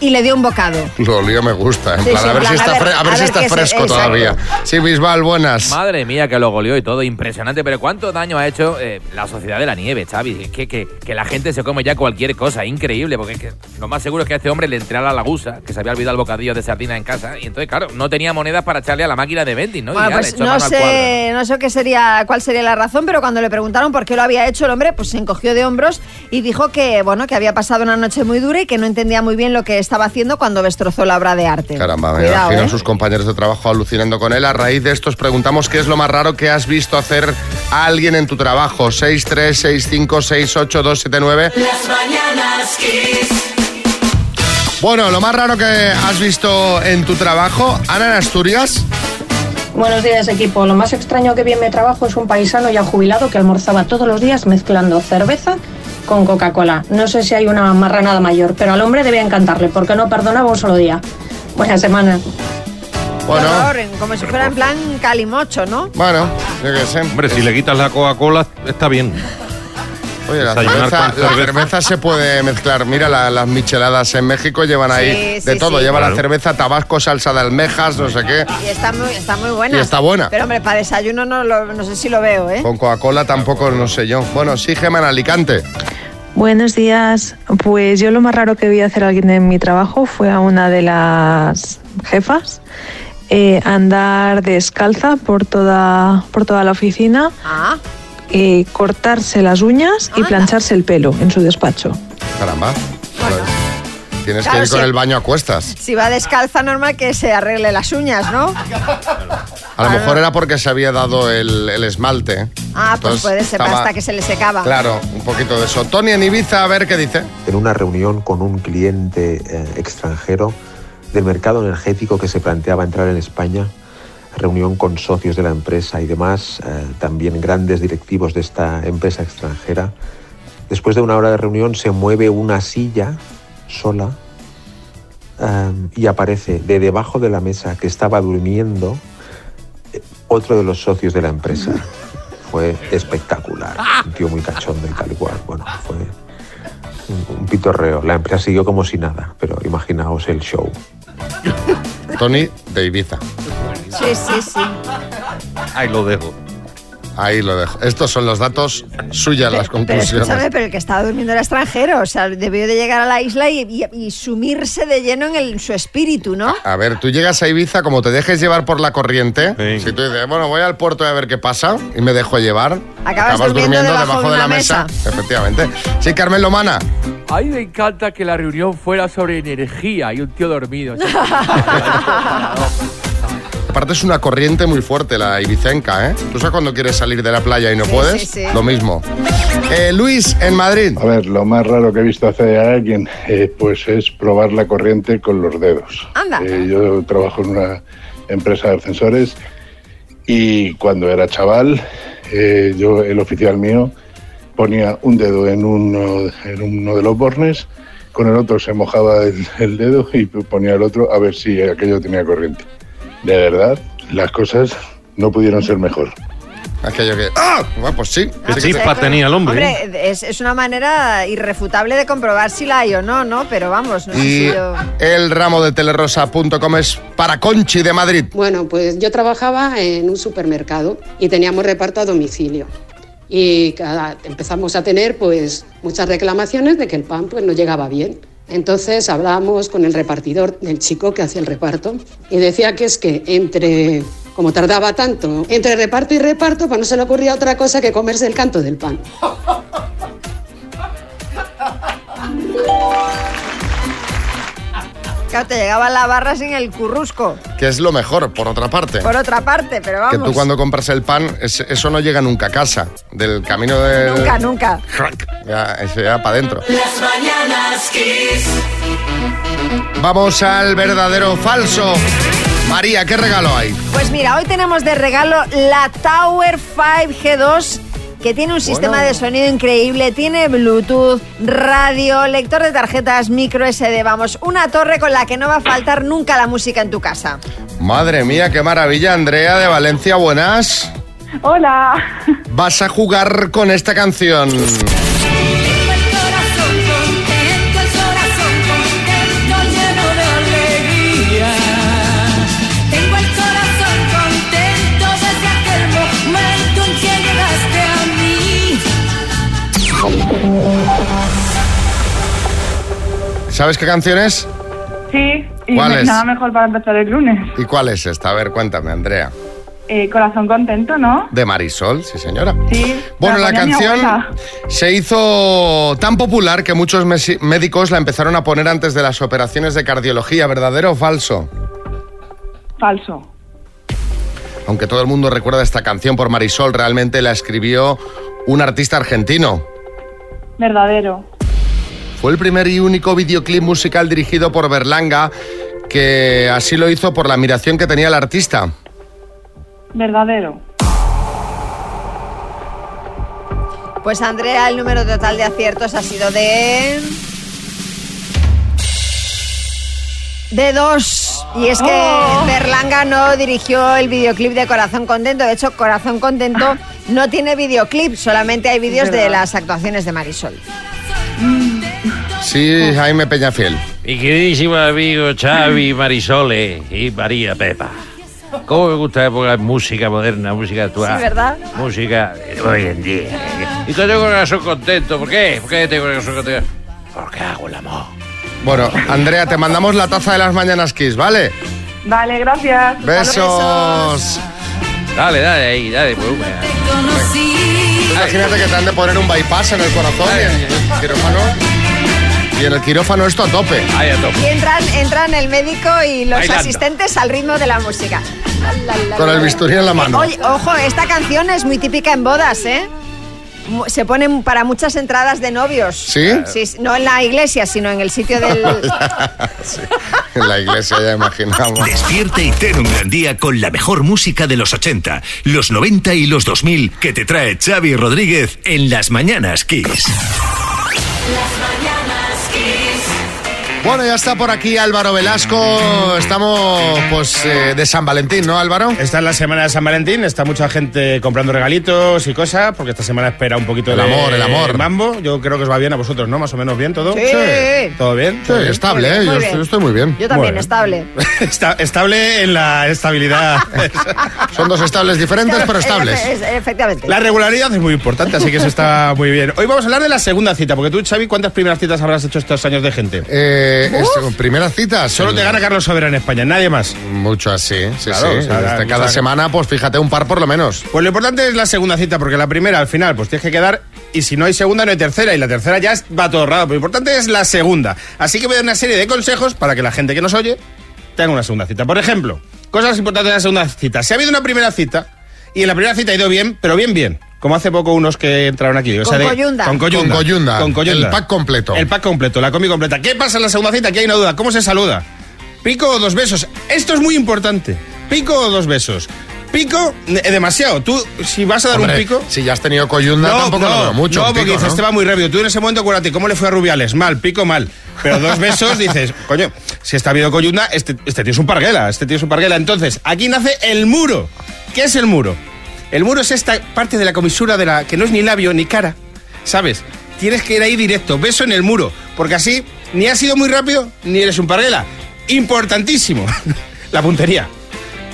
Speaker 5: y le dio un bocado.
Speaker 3: Lo lío me gusta. en
Speaker 5: Sí,
Speaker 3: plan,
Speaker 5: sí,
Speaker 3: a ver
Speaker 5: en
Speaker 3: si
Speaker 5: plan,
Speaker 3: está,
Speaker 5: a ver,
Speaker 3: fre- a ver
Speaker 5: a
Speaker 3: si
Speaker 5: ver
Speaker 3: está
Speaker 5: qué se-
Speaker 3: fresco
Speaker 5: exacto.
Speaker 3: todavía. Sí, Bisbal, buenas.
Speaker 6: Madre mía, que lo goleó y todo, impresionante. Pero ¿cuánto daño ha hecho eh, la sociedad de la nieve, Xavi? Es Que, que, que la gente se come ya cualquier cosa, increíble, porque es que lo más seguro es que a este hombre le entrara la lagusa, que se había olvidado el bocadillo de sardina en casa, y entonces, claro, no tenía monedas para echarle a la máquina de vending, ¿no? Y
Speaker 5: Bueno,
Speaker 6: ya le
Speaker 5: pues
Speaker 6: echó
Speaker 5: no
Speaker 6: mano al cuadro.
Speaker 5: sé, no sé qué sería, cuál sería la razón, pero cuando le preguntaron por qué lo había hecho el hombre, pues se encogió de hombros y dijo que, bueno, que había pasado una noche muy dura y que no entendía muy bien lo que estaba haciendo cuando destrozó la obra de arte.
Speaker 3: Caramba, me
Speaker 5: Cuidado,
Speaker 3: imagino
Speaker 5: ¿eh?
Speaker 3: a sus compañeros de trabajo alucinando con él. A raíz de esto os preguntamos qué es lo más raro que has visto hacer a alguien en tu trabajo. 636568279.
Speaker 1: Las mañanas Kiss.
Speaker 3: Bueno, lo más raro que has visto en tu trabajo, Ana en Asturias.
Speaker 12: Buenos días equipo. Lo más extraño que vi en mi trabajo es un paisano ya jubilado que almorzaba todos los días mezclando cerveza con Coca-Cola. No sé si hay una marranada mayor, pero al hombre debía encantarle porque no perdonaba un solo día. Buena semana.
Speaker 3: Bueno.
Speaker 5: ¿eh? Por favor, en- como si fuera en plan calimocho, ¿no?
Speaker 3: Bueno, yo qué sé.
Speaker 14: Hombre, si le quitas la Coca-Cola, está bien.
Speaker 3: Oye, la
Speaker 14: Desayunar
Speaker 3: cerveza,
Speaker 14: con
Speaker 3: la
Speaker 14: cerveza.
Speaker 3: cerveza se puede mezclar. Mira, la- las micheladas en México llevan
Speaker 5: Sí,
Speaker 3: ahí
Speaker 5: sí,
Speaker 3: de todo.
Speaker 5: sí.
Speaker 3: Lleva la
Speaker 5: Claro.
Speaker 3: cerveza, tabasco, salsa de almejas, no sé qué.
Speaker 5: Y está muy, está muy buena.
Speaker 3: Y está buena.
Speaker 5: Pero hombre, para desayuno no, lo- no sé si lo veo, ¿eh?
Speaker 3: Con Coca-Cola tampoco, no sé yo. Bueno, sí, Gema en Alicante.
Speaker 17: Buenos días. Pues yo lo más raro que vi hacer a alguien en mi trabajo fue a una de las jefas eh, andar descalza por toda, por toda la oficina, eh, cortarse las uñas y plancharse el pelo en su despacho.
Speaker 3: Caramba. Pues, Tienes
Speaker 5: Claro,
Speaker 3: que ir con
Speaker 5: sí.
Speaker 3: el baño a cuestas.
Speaker 5: Si va descalza, normal que se arregle las uñas, ¿no?
Speaker 3: A lo mejor era porque se había dado el, el esmalte.
Speaker 5: Ah, pues
Speaker 3: Entonces,
Speaker 5: puede ser
Speaker 3: estaba-
Speaker 5: hasta que se le secaba.
Speaker 3: Claro, un poquito de eso. Tony en Ibiza, a ver qué dice.
Speaker 18: en una reunión con un cliente eh, extranjero del mercado energético que se planteaba entrar en España, reunión con socios de la empresa y demás, eh, también grandes directivos de esta empresa extranjera. Después de una hora de reunión se mueve una silla sola eh, y aparece de debajo de la mesa que estaba durmiendo eh, otro de los socios de la empresa. Fue espectacular, un tío muy cachondo y tal y cual. Bueno, fue un- un pitorreo. La empresa siguió como si nada, pero imaginaos el show.
Speaker 3: Tony de Ibiza.
Speaker 5: Sí, sí, sí.
Speaker 3: Ahí lo dejo. Ahí lo dejo. Estos son los datos suyas, las
Speaker 5: Pero
Speaker 3: conclusiones.
Speaker 5: escúchame, pero el que estaba durmiendo era extranjero, o sea, debió de llegar a la isla y, y- y sumirse de lleno en, el- en su espíritu, ¿no?
Speaker 3: A ver, tú llegas a Ibiza, como te dejes llevar por la corriente, si tú dices, bueno, voy al puerto y a ver qué pasa, y me dejo llevar,
Speaker 5: Acabas durmiendo debajo de una mesa.
Speaker 3: Efectivamente. Sí, Carmen Lomana.
Speaker 19: A mí me encanta que la reunión fuera sobre energía y un tío dormido.
Speaker 3: Aparte es una corriente muy fuerte la ibicenca, ¿eh? Tú sabes cuando quieres salir de la playa y no
Speaker 20: Sí,
Speaker 3: puedes,
Speaker 20: sí, sí.
Speaker 3: lo mismo. Eh, Luis, en Madrid.
Speaker 20: A ver, lo más raro que he visto hacer a alguien, eh, pues es probar la corriente con los dedos.
Speaker 5: Anda.
Speaker 20: Eh, yo trabajo en una empresa de ascensores y cuando era chaval, eh, yo, el oficial mío, ponía un dedo en uno, en uno de los bornes, con el otro se mojaba el, el dedo y ponía el otro a ver si aquello tenía corriente. De verdad, las cosas no pudieron ser mejor.
Speaker 3: Aquello que... ¡Ah! Bueno, pues sí.
Speaker 20: Qué chispa tenía el ¿eh?
Speaker 5: Hombre, es, es una manera irrefutable de comprobar si la hay o no, ¿no? Pero vamos, no ha
Speaker 3: Y
Speaker 5: sido-
Speaker 3: el ramo de telerosa.com es para Conchi de Madrid.
Speaker 21: Bueno, pues yo trabajaba en un supermercado y teníamos reparto a domicilio. Y cada- empezamos a tener pues muchas reclamaciones de que el pan pues no llegaba bien. Entonces hablábamos con el repartidor del chico que hacía el reparto y decía que es que entre como tardaba tanto, entre reparto y reparto, pues no se le ocurría otra cosa que comerse el canto del pan.
Speaker 5: Claro, te llegaba la barra sin el currusco,
Speaker 3: Que es lo mejor, por otra parte.
Speaker 5: por otra parte, pero
Speaker 3: que
Speaker 5: vamos.
Speaker 3: tú cuando compras el pan, es- eso no llega nunca a casa. Del camino de...
Speaker 5: Nunca, nunca.
Speaker 3: Ya, eso ya para adentro.
Speaker 1: Las mañanas Kiss.
Speaker 3: Vamos al verdadero o falso. María, ¿qué regalo hay?
Speaker 5: Pues mira, hoy tenemos de regalo la Tower 5G2 que tiene un sistema de sonido increíble, tiene Bluetooth, radio, lector de tarjetas, micro SD, vamos, una torre con la que no va a faltar nunca la música en tu casa.
Speaker 3: Madre mía, qué maravilla, Andrea de Valencia, buenas.
Speaker 22: Hola.
Speaker 3: Vas a jugar con esta canción.
Speaker 1: Tengo el corazón contento desde aquel momento en que llegaste a mí.
Speaker 3: ¿Sabes qué canción es?
Speaker 22: Sí, y
Speaker 3: ¿Cuál
Speaker 22: me-
Speaker 3: es?
Speaker 22: nada mejor para empezar el lunes.
Speaker 3: ¿Y cuál es esta? A ver, cuéntame, Andrea.
Speaker 22: Eh, corazón contento, ¿no?
Speaker 3: De Marisol, sí señora.
Speaker 22: Sí.
Speaker 3: Bueno,
Speaker 22: me
Speaker 3: la
Speaker 22: ponía mi
Speaker 3: canción
Speaker 22: abuela.
Speaker 3: se hizo tan popular que muchos mesi- médicos la empezaron a poner antes de las operaciones de cardiología, ¿verdadero o falso?
Speaker 22: Falso.
Speaker 3: Aunque todo el mundo recuerda esta canción por Marisol, realmente la escribió un artista argentino.
Speaker 22: Verdadero.
Speaker 3: Fue el primer y único videoclip musical dirigido por Berlanga, que así lo hizo por la admiración que tenía el artista.
Speaker 22: Verdadero.
Speaker 5: Pues Andrea, el número total de aciertos ha sido de... De dos. Y es que
Speaker 22: Oh.
Speaker 5: Berlanga no dirigió el videoclip de Corazón Contento. De hecho, Corazón
Speaker 22: Ah.
Speaker 5: Contento no tiene videoclip, solamente hay vídeos de las actuaciones de Marisol.
Speaker 3: Sí, Jaime Peñafiel.
Speaker 23: Mi queridísimo amigo Xavi Marisole y María Pepa. ¿Cómo me gusta poner música moderna, música actual?
Speaker 5: Sí, ¿verdad?
Speaker 23: Música de hoy en día. Y tengo el corazón contento. ¿Por qué? ¿Por qué tengo el corazón contento? Porque hago el amor.
Speaker 3: Bueno, Andrea, te mandamos la taza de las mañanas Kiss, ¿vale?
Speaker 22: Vale, gracias. Hasta luego.
Speaker 3: Besos.
Speaker 23: Dale, dale ahí, dale pues, volumen.
Speaker 3: Imagínate que te han de poner un bypass en el corazón. y el quirófano. Y en el quirófano esto a tope.
Speaker 23: Ahí a
Speaker 5: Y entran, entran el médico y los
Speaker 3: Bailando.
Speaker 5: asistentes al ritmo de la música. La, la, la,
Speaker 3: Con
Speaker 5: la,
Speaker 3: el
Speaker 5: la.
Speaker 3: bisturí en la mano.
Speaker 5: Oye, ojo, esta canción es muy típica en bodas, ¿eh? Mu- Se ponen para muchas entradas de novios.
Speaker 3: ¿Sí?
Speaker 5: sí no en la iglesia, sino en el sitio del...
Speaker 3: Sí, en la iglesia ya imaginamos.
Speaker 16: Despierte y ten un gran día con la mejor música de los 80, los 90 y los 2000 que te trae Xavi Rodríguez en Las Mañanas Kiss.
Speaker 3: Bueno, ya está por aquí Álvaro Velasco. Estamos pues eh, de San Valentín, ¿no, Álvaro?
Speaker 2: Está en la semana de San Valentín, está mucha gente comprando regalitos y cosas, porque esta semana espera un poquito
Speaker 3: El
Speaker 2: de
Speaker 3: amor, el amor.
Speaker 2: Mambo, yo creo que os va bien a vosotros, ¿no? Más o menos bien todo.
Speaker 5: Sí. Sí.
Speaker 2: ¿Todo bien?
Speaker 3: Sí, estable, ¿eh? Yo estoy- yo estoy muy bien.
Speaker 5: Yo también,
Speaker 2: Bueno.
Speaker 5: estable.
Speaker 2: Esta- estable en la estabilidad.
Speaker 3: Son dos estables diferentes,
Speaker 5: eh,
Speaker 3: pero estables.
Speaker 5: Es- es- efectivamente.
Speaker 2: La regularidad es muy importante, así que eso está muy bien. Hoy vamos a hablar de la segunda cita, porque tú, Xavi, ¿cuántas primeras citas habrás hecho estos años de gente?
Speaker 3: Eh, es- primeras citas.
Speaker 2: Solo te gana Carlos Sobera en España, nadie más.
Speaker 3: Mucho así, sí, sí.
Speaker 2: o sea,
Speaker 3: Este, cada
Speaker 2: o sea,
Speaker 3: semana, pues fíjate, un par por lo menos.
Speaker 2: Pues lo importante es la segunda cita, porque la primera al final pues tienes que quedar y si no hay segunda no hay tercera y la tercera ya es- va todo raro, pero lo importante es la segunda. Así que voy a dar una serie de consejos para que la gente que nos oye tenga una segunda cita. Por ejemplo, cosas importantes de la segunda cita. Si ha habido una primera cita y en la primera cita ha ido bien, pero bien bien, como hace poco unos que entraron aquí. o
Speaker 3: Con
Speaker 2: sea, de-
Speaker 3: coyunda.
Speaker 2: Con coyunda.
Speaker 3: Con coyunda. El pack
Speaker 2: completo. El pack completo, la combi completa. ¿Qué pasa en la segunda cita? Aquí hay una duda. ¿Cómo se saluda? Pico o dos besos. Esto es muy importante. Pico o dos besos. Pico, eh, demasiado. Tú, si vas a dar
Speaker 3: Hombre,
Speaker 2: un pico.
Speaker 3: Si ya has tenido coyunda, tampoco lo veo mucho.
Speaker 2: No,
Speaker 3: un
Speaker 2: porque
Speaker 3: pico,
Speaker 2: dices,
Speaker 3: ¿no?
Speaker 2: este va muy rápido. Tú en ese momento, acuérdate, ¿cómo le fue a Rubiales? Mal, pico mal. Pero dos besos dices, coño, si está habido coyunda, este, este tío es un parguela, este tío es un parguela. Entonces, aquí nace el muro. ¿Qué es el muro? El muro es esta parte de la comisura de la que no es ni labio ni cara, ¿sabes? Tienes que ir ahí directo, beso en el muro, porque así ni has ido muy rápido ni eres un parguela. Importantísimo, la puntería.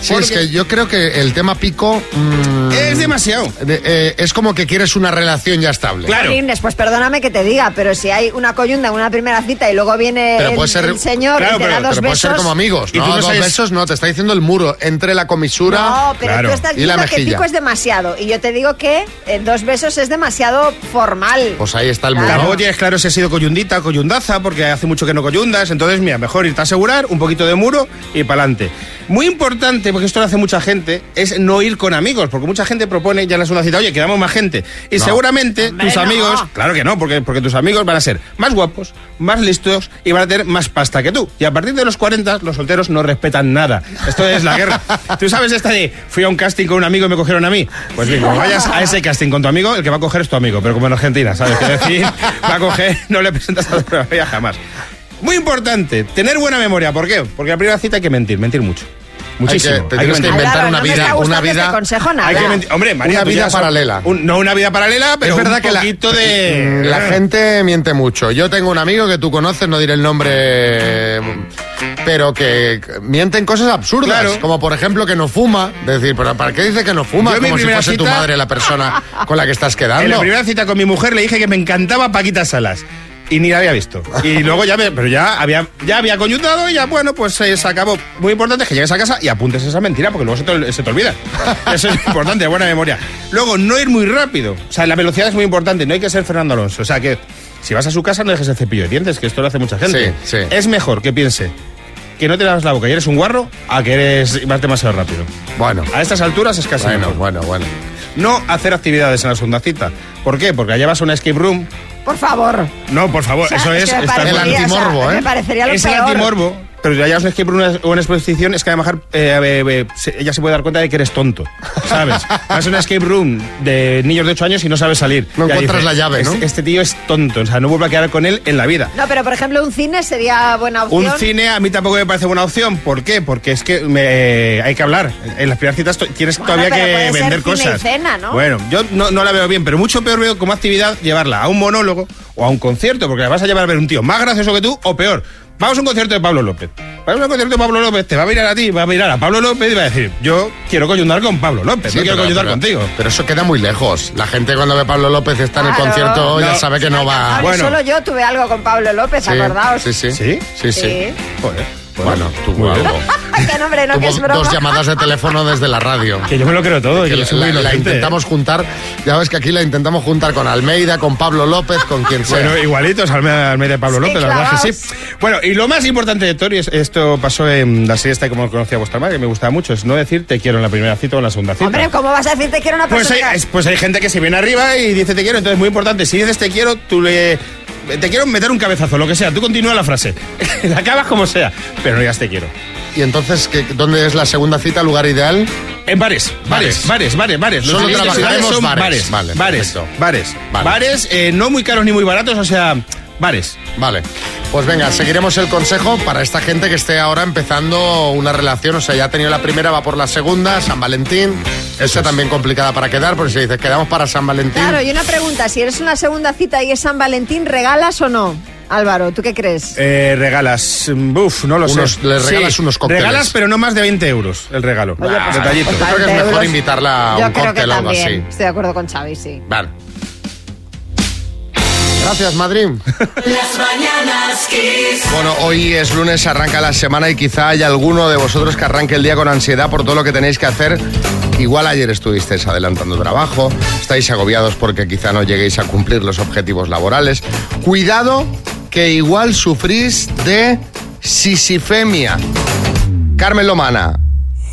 Speaker 3: Sí, es
Speaker 2: Porque-
Speaker 3: que yo creo que el tema pico. mm, eh,
Speaker 2: es demasiado.
Speaker 3: es como que quieres una relación ya estable.
Speaker 5: Jolines, pues perdóname que te diga, pero si hay una coyunda en una primera cita y luego viene
Speaker 3: Pero
Speaker 5: el,
Speaker 3: puede ser,
Speaker 5: el señor
Speaker 3: Claro,
Speaker 5: y te
Speaker 3: pero,
Speaker 5: da dos
Speaker 3: pero puede
Speaker 5: besos.
Speaker 3: ser como amigos.
Speaker 2: Y
Speaker 3: No,
Speaker 2: tú no
Speaker 3: dos
Speaker 2: sabes-
Speaker 3: besos no, te está diciendo el muro entre la comisura
Speaker 5: No, pero tú estás
Speaker 3: y la
Speaker 5: diciendo que
Speaker 3: mejilla.
Speaker 5: pico es demasiado. Y yo te digo que eh, dos besos es demasiado formal.
Speaker 3: Pues ahí está el muro.
Speaker 2: Tampoco tienes claro si ha sido coyundita o coyundaza, porque hace mucho que no coyundas. Entonces, mira, mejor irte a asegurar, un poquito de muro y para adelante. Muy importante, porque esto lo hace mucha gente, es no ir con amigos, porque mucha gente propone ya en la segunda cita, oye, quedamos más gente. Y
Speaker 3: No.
Speaker 2: seguramente
Speaker 3: Hombre,
Speaker 2: tus
Speaker 3: no.
Speaker 2: amigos, claro que no, porque, porque tus amigos van a ser más guapos, más listos y van a tener más pasta que tú. Y a partir de los 40, los solteros no respetan nada. Esto es la guerra. ¿Tú sabes esta de fui a un casting con un amigo y me cogieron a mí? Pues bien, como vayas a ese casting con tu amigo, el que va a coger es tu amigo, pero como en Argentina, ¿sabes? qué decir, va a coger, no le presentas a tu novia jamás. Muy importante, tener buena memoria. ¿Por qué? Porque la primera cita hay que mentir, mentir mucho. Muchísimo.
Speaker 3: Hay que- te
Speaker 2: Hay
Speaker 3: tienes que
Speaker 2: mentir.
Speaker 3: inventar Álvaro, una no me vida- está una gustando este vida-
Speaker 5: consejo nada.
Speaker 2: Hay que mentir. Hombre, María,
Speaker 3: Una
Speaker 2: tú
Speaker 3: vida
Speaker 2: llevas un-
Speaker 3: paralela.
Speaker 2: un- no una vida paralela, pero
Speaker 3: es verdad
Speaker 2: un
Speaker 3: que la- Mm,
Speaker 2: poquito de... Ah.
Speaker 3: La gente miente mucho. Yo tengo un amigo que tú conoces, no diré el nombre, pero que mienten cosas absurdas.
Speaker 2: Claro.
Speaker 3: Como por ejemplo que no fuma. Decir, ¿pero para qué dice que no
Speaker 2: Yo
Speaker 3: fuma?
Speaker 2: en mi
Speaker 3: Como si
Speaker 2: primera
Speaker 3: fuese tu
Speaker 2: cita-
Speaker 3: madre la persona con la que estás quedando.
Speaker 2: En la primera cita con mi mujer le dije que me encantaba Paquita Salas. Y ni la había visto. Y luego ya me- pero ya había, ya había coyuntado y ya, bueno, pues eh, se acabó. Muy importante es que llegues a casa y apuntes esa mentira, porque luego se te, se te olvida. Eso es importante, buena memoria. Luego, no ir muy rápido. O sea, la velocidad es muy importante, no hay que ser Fernando Alonso. O sea, que si vas a su casa no dejes el cepillo de dientes, que esto lo hace mucha gente.
Speaker 3: Sí, sí.
Speaker 2: Es mejor que piense que no te lavas la boca y eres un guarro a que eres vas demasiado rápido.
Speaker 3: Bueno.
Speaker 2: A estas alturas es casi
Speaker 3: Bueno,
Speaker 2: mejor.
Speaker 3: bueno, bueno.
Speaker 2: No hacer actividades en la segunda cita. ¿Por qué? Porque la llevas a una escape room.
Speaker 5: Por favor.
Speaker 2: No, por favor,
Speaker 5: O sea,
Speaker 2: eso
Speaker 5: es
Speaker 2: es.
Speaker 5: que me
Speaker 2: estar-
Speaker 5: parecería, El antimorbo, o sea, ¿eh? me parecería lo
Speaker 2: es el
Speaker 5: peor.
Speaker 2: antimorbo. Pero si la llevas a una escape room o una exposición, es que a lo mejor eh, eh, eh, se- ella se puede dar cuenta de que eres tonto. ¿Sabes? Vas a una escape room de niños de 8 años y no sabes salir.
Speaker 3: No
Speaker 2: Ya
Speaker 3: encuentras la llave, ¿no?
Speaker 2: Este, este tío es tonto, o sea, no vuelvo a quedar con él en la vida.
Speaker 5: No, pero por ejemplo, un cine sería buena opción.
Speaker 2: Un cine a mí tampoco me parece buena opción. ¿Por qué? Porque es que me- eh, hay que hablar. En las primeras citas to- tienes todavía
Speaker 5: pero
Speaker 2: que
Speaker 5: puede ser
Speaker 2: vender
Speaker 5: cine y
Speaker 2: cosas.
Speaker 5: cena, ¿no?
Speaker 2: Bueno, yo no, no la veo bien, pero mucho peor veo como actividad llevarla a un monólogo o a un concierto, porque la vas a llevar a ver un tío más gracioso que tú o peor. Vamos a un concierto de Pablo López. Vamos a un concierto de Pablo López, te va a mirar a ti, va a mirar a Pablo López y va a decir, yo quiero coyundar con Pablo López,
Speaker 3: Sí,
Speaker 2: no quiero
Speaker 3: pero-
Speaker 2: coyundar
Speaker 3: pero-
Speaker 2: contigo.
Speaker 3: Pero eso queda muy lejos. La gente cuando ve a Pablo López está en el
Speaker 5: Claro.
Speaker 3: concierto ya
Speaker 2: No.
Speaker 3: sabe
Speaker 5: Ah,
Speaker 3: que no va.
Speaker 5: Solo yo tuve algo con Pablo López, acordaos.
Speaker 3: sí, sí. Sí, sí.
Speaker 5: Sí.
Speaker 2: Joder.
Speaker 3: Bueno, tú algo.
Speaker 5: que no, hombre, no, que
Speaker 3: Tuvo
Speaker 5: es broma.
Speaker 3: dos llamadas de teléfono desde la radio. Que
Speaker 2: yo me lo creo todo.
Speaker 3: la, la intentamos juntar. Ya ves que aquí la intentamos juntar con Almeida, con Pablo López, con quien sea.
Speaker 2: Bueno, igualitos, Almeida, Almeida y Pablo
Speaker 3: Sí,
Speaker 2: López, la verdad es que
Speaker 3: clavaos.
Speaker 2: sí. Bueno, y lo más importante de Tori, es- esto pasó en la serie esta como conocía vuestra madre, que me gustaba mucho, es no decir te quiero en la primera cita o en la segunda cita.
Speaker 5: Hombre, ¿cómo vas a decir te quiero a una
Speaker 2: Pues hay,
Speaker 5: persona?
Speaker 2: es- pues hay gente que se viene arriba y dice te quiero, entonces muy importante, si dices te quiero, tú le... Te quiero meter un cabezazo, lo que sea, tú continúa la frase. la acabas como sea, pero no digas te quiero.
Speaker 3: ¿Y entonces ¿qué- dónde es la segunda cita, lugar ideal?
Speaker 2: En bares, bares, bares, bares, bares. Los
Speaker 3: Solo
Speaker 2: clientes de
Speaker 3: trabajaremos
Speaker 2: son
Speaker 3: bares.
Speaker 2: bares,
Speaker 3: Vale,
Speaker 2: bares,
Speaker 3: perfecto.
Speaker 2: bares,
Speaker 3: Vale.
Speaker 2: bares, eh, no muy caros ni muy baratos, o sea, bares.
Speaker 3: Vale. Pues venga, seguiremos el consejo para esta gente que esté ahora empezando una relación. O sea, ya ha tenido la primera, va por la segunda, San Valentín. Esta también complicada para quedar, porque si dices quedamos para San Valentín.
Speaker 5: Claro, y una pregunta, si eres una segunda cita y es San Valentín, ¿regalas o no? Álvaro, ¿tú qué crees?
Speaker 2: Eh, regalas, mm, uf, no lo
Speaker 3: Unos-
Speaker 2: sé.
Speaker 3: le regalas unos cócteles.
Speaker 2: Regalas, pero no más de 20 euros el regalo.
Speaker 3: Oye, pues,
Speaker 2: Detallito.
Speaker 3: pues, Yo creo que es 20 mejor euros.
Speaker 2: Ah,
Speaker 3: invitarla
Speaker 5: Yo creo que también. Estoy de acuerdo con Xavi, sí.
Speaker 3: Vale. Gracias, Madrid.
Speaker 1: Las mañanas Kiss.
Speaker 3: Bueno, hoy es lunes, arranca la semana y quizá haya alguno de vosotros que arranque el día con ansiedad por todo lo que tenéis que hacer. Igual ayer estuvisteis adelantando trabajo, estáis agobiados porque quizá no lleguéis a cumplir los objetivos laborales. Cuidado que igual sufrís de sisifemia. Carmen Lomana.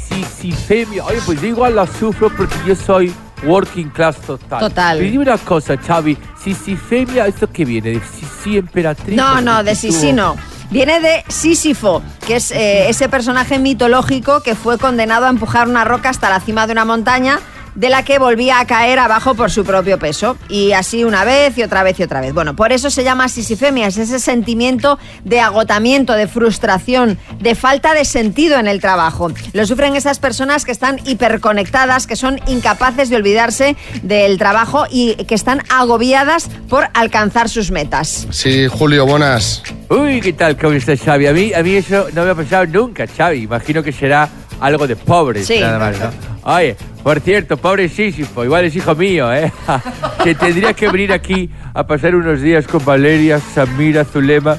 Speaker 7: Sisifemia. Oye, pues yo igual la sufro porque yo soy working class total.
Speaker 5: Total.
Speaker 7: Pero dime una cosa, Xavi. Sisifemia, ¿esto qué viene? ¿De Sisi emperatriz? pues
Speaker 5: No, no, de
Speaker 7: Sisi
Speaker 5: Sisi no. Viene de Sísifo, que es eh, ese personaje mitológico que fue condenado a empujar una roca hasta la cima de una montaña de la que volvía a caer abajo por su propio peso. Y así una vez y otra vez y otra vez. Bueno, por eso se llama sisifemia, es ese sentimiento de agotamiento, de frustración, de falta de sentido en el trabajo. Lo sufren esas personas que están hiperconectadas, que son incapaces de olvidarse del trabajo y que están agobiadas por alcanzar sus metas.
Speaker 3: Sí, Julio, buenas.
Speaker 7: Uy, ¿qué tal? ¿Cómo estás, Xavi? A mí, a mí eso no me ha pasado nunca, Xavi. Imagino que será algo de pobres,
Speaker 5: Sí.
Speaker 7: nada más, ¿no? Oye, por cierto, pobre Sísifo, igual es hijo mío, ¿eh? que tendría que venir aquí a pasar unos días con Valeria, Samira, Zulema.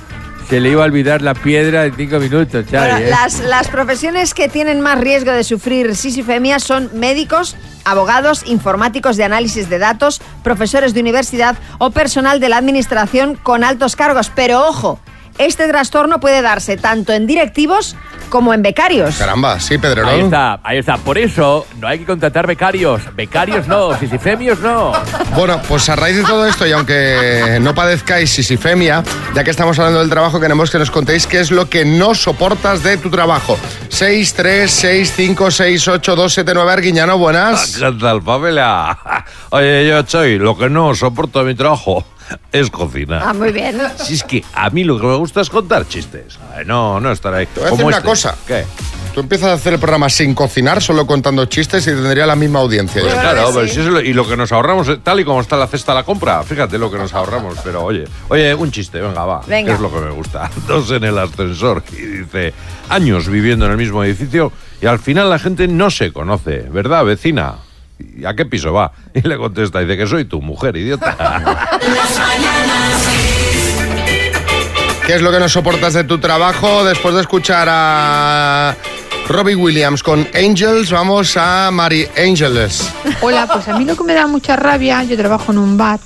Speaker 7: Se le iba a olvidar la piedra en cinco minutos, Xavi.
Speaker 5: Bueno,
Speaker 7: ¿eh?
Speaker 5: las, las profesiones que tienen más riesgo de sufrir sisifemia son médicos, abogados, informáticos de análisis de datos, profesores de universidad o personal de la administración con altos cargos. Pero ojo, este trastorno puede darse tanto en directivos como en becarios.
Speaker 3: Caramba, sí, Pedrerol.
Speaker 7: Ahí está, ahí está. Por eso no hay que contratar becarios. Becarios no, sisifemios no.
Speaker 3: Bueno, pues a raíz de todo esto, y aunque no padezcáis sisifemia, ya que estamos hablando del trabajo, queremos que nos contéis qué es lo que no soportas de tu trabajo. 6, 3, 6, 5, 6, 8, 2, 7, 9, Arguiñano, buenas.
Speaker 23: ¿Qué tal, Pamela? Oye, yo, Chavi, lo que no soporto de mi trabajo es cocinar.
Speaker 5: Ah, muy bien.
Speaker 23: Si es que a mí lo que me gusta es contar chistes. Ay, No, no estar ahí. Te
Speaker 3: voy a decir una cosa.
Speaker 23: ¿Qué?
Speaker 3: Tú empiezas a hacer el programa sin cocinar, solo contando chistes y tendría la misma audiencia.
Speaker 23: Pues claro, pero si es lo- y lo que nos ahorramos, eh, tal y como está la cesta de la compra, fíjate lo que nos ahorramos. Pero oye, oye, un chiste, venga, va.
Speaker 5: Venga.
Speaker 23: que es lo que me gusta. Dos en el ascensor y dice, años viviendo en el mismo edificio y al final la gente no se conoce, ¿verdad, vecina? ¿Y a qué piso va? Y le contesta, dice que soy tu mujer, idiota.
Speaker 1: Las mañanas Kiss.
Speaker 3: ¿Qué es lo que no soportas de tu trabajo? Después de escuchar a Robbie Williams con Angels, vamos a Mary Angeles.
Speaker 24: Hola, pues a mí lo que me da mucha rabia, yo trabajo en un bar,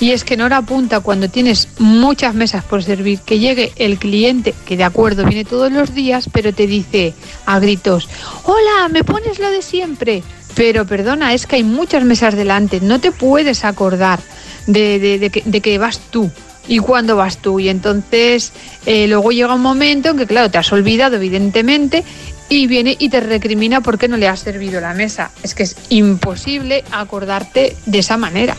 Speaker 24: y es que en hora punta, cuando tienes muchas mesas por servir, que llegue el cliente, que de acuerdo viene todos los días, pero te dice a gritos, hola, me pones lo de siempre. Pero perdona, es que hay muchas mesas delante, no te puedes acordar de, de- de que, de que vas tú. ¿Y cuándo vas tú? Y entonces eh, luego llega un momento en que, claro, te has olvidado, evidentemente, y viene y te recrimina porque no le has servido la mesa. Es que es imposible acordarte de esa manera.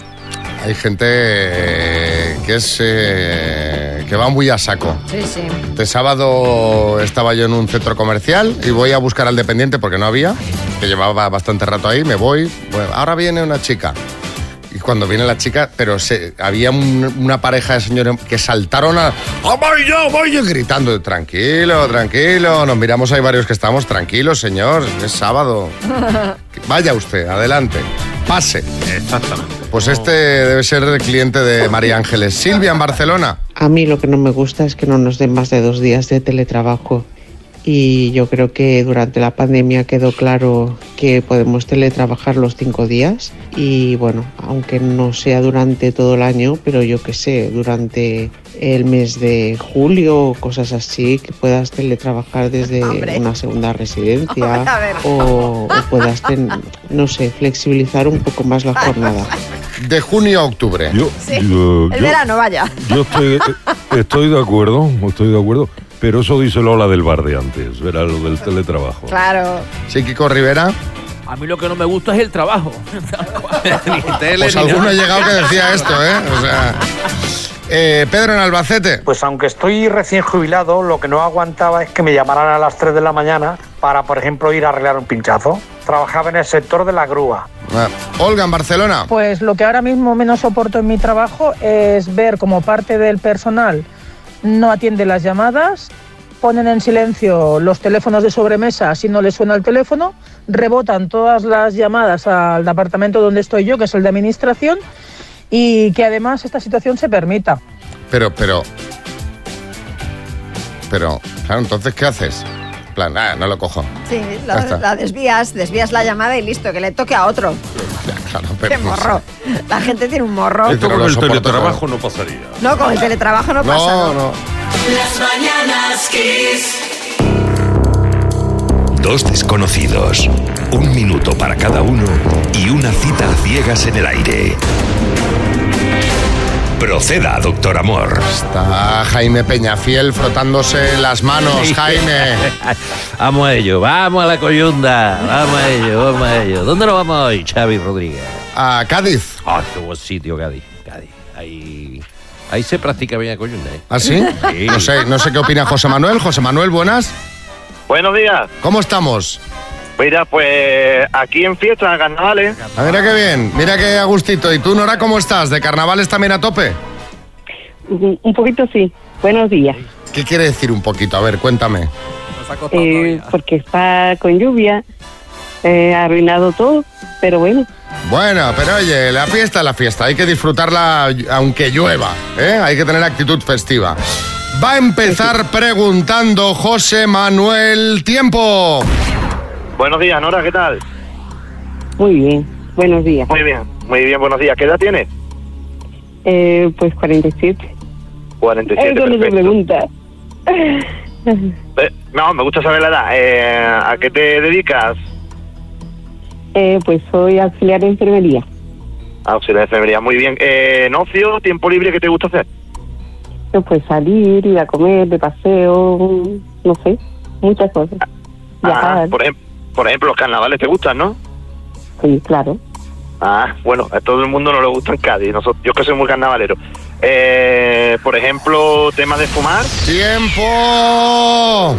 Speaker 3: Hay gente eh, que es eh, que va muy a saco.
Speaker 5: Sí, sí.
Speaker 3: Este sábado estaba yo en un centro comercial y voy a buscar al dependiente porque no había, que llevaba bastante rato ahí, me voy. Bueno, ahora viene una chica. Y cuando viene la chica, pero se- había un- una pareja de señores que saltaron a... ¡Oh, voy yo, voy yo! Gritando, tranquilo, tranquilo. Nos miramos, hay varios que estamos, tranquilos, señor, es sábado. Vaya usted, adelante, pase.
Speaker 23: Exactamente.
Speaker 3: Pues este debe ser el cliente de María Ángeles. Silvia en Barcelona.
Speaker 25: A mí lo que no me gusta es que no nos den más de dos días de teletrabajo. y yo creo que durante la pandemia quedó claro que podemos teletrabajar los cinco días y bueno, aunque no sea durante todo el año, pero yo qué sé, durante el mes de julio o cosas así, que puedas teletrabajar desde una segunda residencia
Speaker 1: Hombre, a ver.
Speaker 25: o, o puedas, ten- no sé, flexibilizar un poco más la jornada.
Speaker 3: De junio a octubre.
Speaker 8: Yo, eh, yo-
Speaker 5: El
Speaker 8: yo-
Speaker 5: verano, vaya.
Speaker 8: Yo estoy, eh, estoy de acuerdo, estoy de acuerdo. Pero eso díselo a la del bar de antes, verá lo del teletrabajo.
Speaker 5: Claro.
Speaker 3: Sí, Kiko Rivera.
Speaker 7: A mí lo que no me gusta es el trabajo. Ni tele,
Speaker 3: Pues
Speaker 7: ni
Speaker 3: alguno
Speaker 7: nada.
Speaker 3: ha llegado que decía esto, ¿eh? O sea, eh, Pedro en Albacete.
Speaker 9: Pues aunque estoy recién jubilado, lo que no aguantaba es que me llamaran a las 3 de la mañana para, por ejemplo, ir a arreglar un pinchazo. Trabajaba en el sector de la grúa.
Speaker 3: Ah, Olga en Barcelona.
Speaker 13: Pues lo que ahora mismo menos soporto en mi trabajo es ver como parte del personal no atiende las llamadas, ponen en silencio los teléfonos de sobremesa si no les suena el teléfono, rebotan todas las llamadas al departamento donde estoy yo, que es el de administración, y que además esta situación se permita.
Speaker 3: Pero, pero. Pero, claro, entonces, ¿qué haces? En plan, ah, no lo cojo.
Speaker 5: Sí,
Speaker 3: Ya
Speaker 5: la,
Speaker 3: está.
Speaker 5: la desvías, desvías la llamada y listo, que le toque a otro.
Speaker 3: Ya, claro,
Speaker 5: Qué
Speaker 3: pero. no sé.
Speaker 5: morro. La gente tiene un
Speaker 3: Este
Speaker 5: morro.
Speaker 8: Esto con el
Speaker 3: soporto,
Speaker 8: teletrabajo no pasaría.
Speaker 5: No, con el teletrabajo no, pasa.
Speaker 3: No, no.
Speaker 1: Las mañanas kiss.
Speaker 26: Dos desconocidos, un minuto para cada uno y una cita a ciegas en el aire. Proceda, doctor amor.
Speaker 3: Está Jaime Peñafiel frotándose las manos, Jaime.
Speaker 23: Vamos a ello, vamos a la coyunda, vamos a ello, vamos a ello. ¿Dónde nos vamos hoy, Xavi Rodríguez?
Speaker 3: A Cádiz.
Speaker 23: Ah, qué buen sitio, Cádiz, Cádiz. Ahí, ahí se practica bien la coyunda, ¿eh?
Speaker 3: ¿Ah, sí?
Speaker 23: Sí.
Speaker 3: No sé, no sé qué opina José Manuel. José Manuel, buenas.
Speaker 9: Buenos días.
Speaker 3: ¿Cómo estamos?
Speaker 9: Mira, pues aquí en fiesta, en carnavales.
Speaker 3: Ah, mira qué bien, mira qué a gustito. ¿Y tú, Nora, cómo estás? ¿De carnavales también a tope?
Speaker 27: Un poquito sí. Buenos días.
Speaker 3: ¿Qué quiere decir un poquito? A ver, cuéntame.
Speaker 27: Eh, porque está con lluvia, eh, ha arruinado todo, pero bueno.
Speaker 3: Bueno, pero oye, la fiesta es la fiesta, hay que disfrutarla aunque llueva, ¿eh? hay que tener actitud festiva. Va a empezar preguntando José Manuel Tiempo.
Speaker 9: Buenos días, Nora, ¿qué tal?
Speaker 27: Muy bien, buenos días.
Speaker 9: Muy bien, muy bien, buenos días. ¿Qué edad tienes?
Speaker 27: Eh, pues 47.
Speaker 9: 47,
Speaker 27: Eso no se
Speaker 9: perfecto.
Speaker 27: pregunta.
Speaker 9: Eh, No, me gusta saber la edad. Eh, ¿A qué te dedicas?
Speaker 27: Eh, pues soy auxiliar de enfermería.
Speaker 9: A auxiliar de enfermería. Muy bien. Eh, ¿En ocio, tiempo libre, qué te gusta hacer?
Speaker 27: Eh, Pues salir, ir a comer, de paseo, no sé, muchas cosas.
Speaker 9: Ah, por, ejem- por ejemplo, los carnavales te gustan, ¿no?
Speaker 27: Sí, claro.
Speaker 9: Ah, bueno, a todo el mundo no le gusta en Cádiz. Nosotros, yo que soy muy carnavalero. Eh, por ejemplo, tema de fumar.
Speaker 3: eh, ¡Tiempo!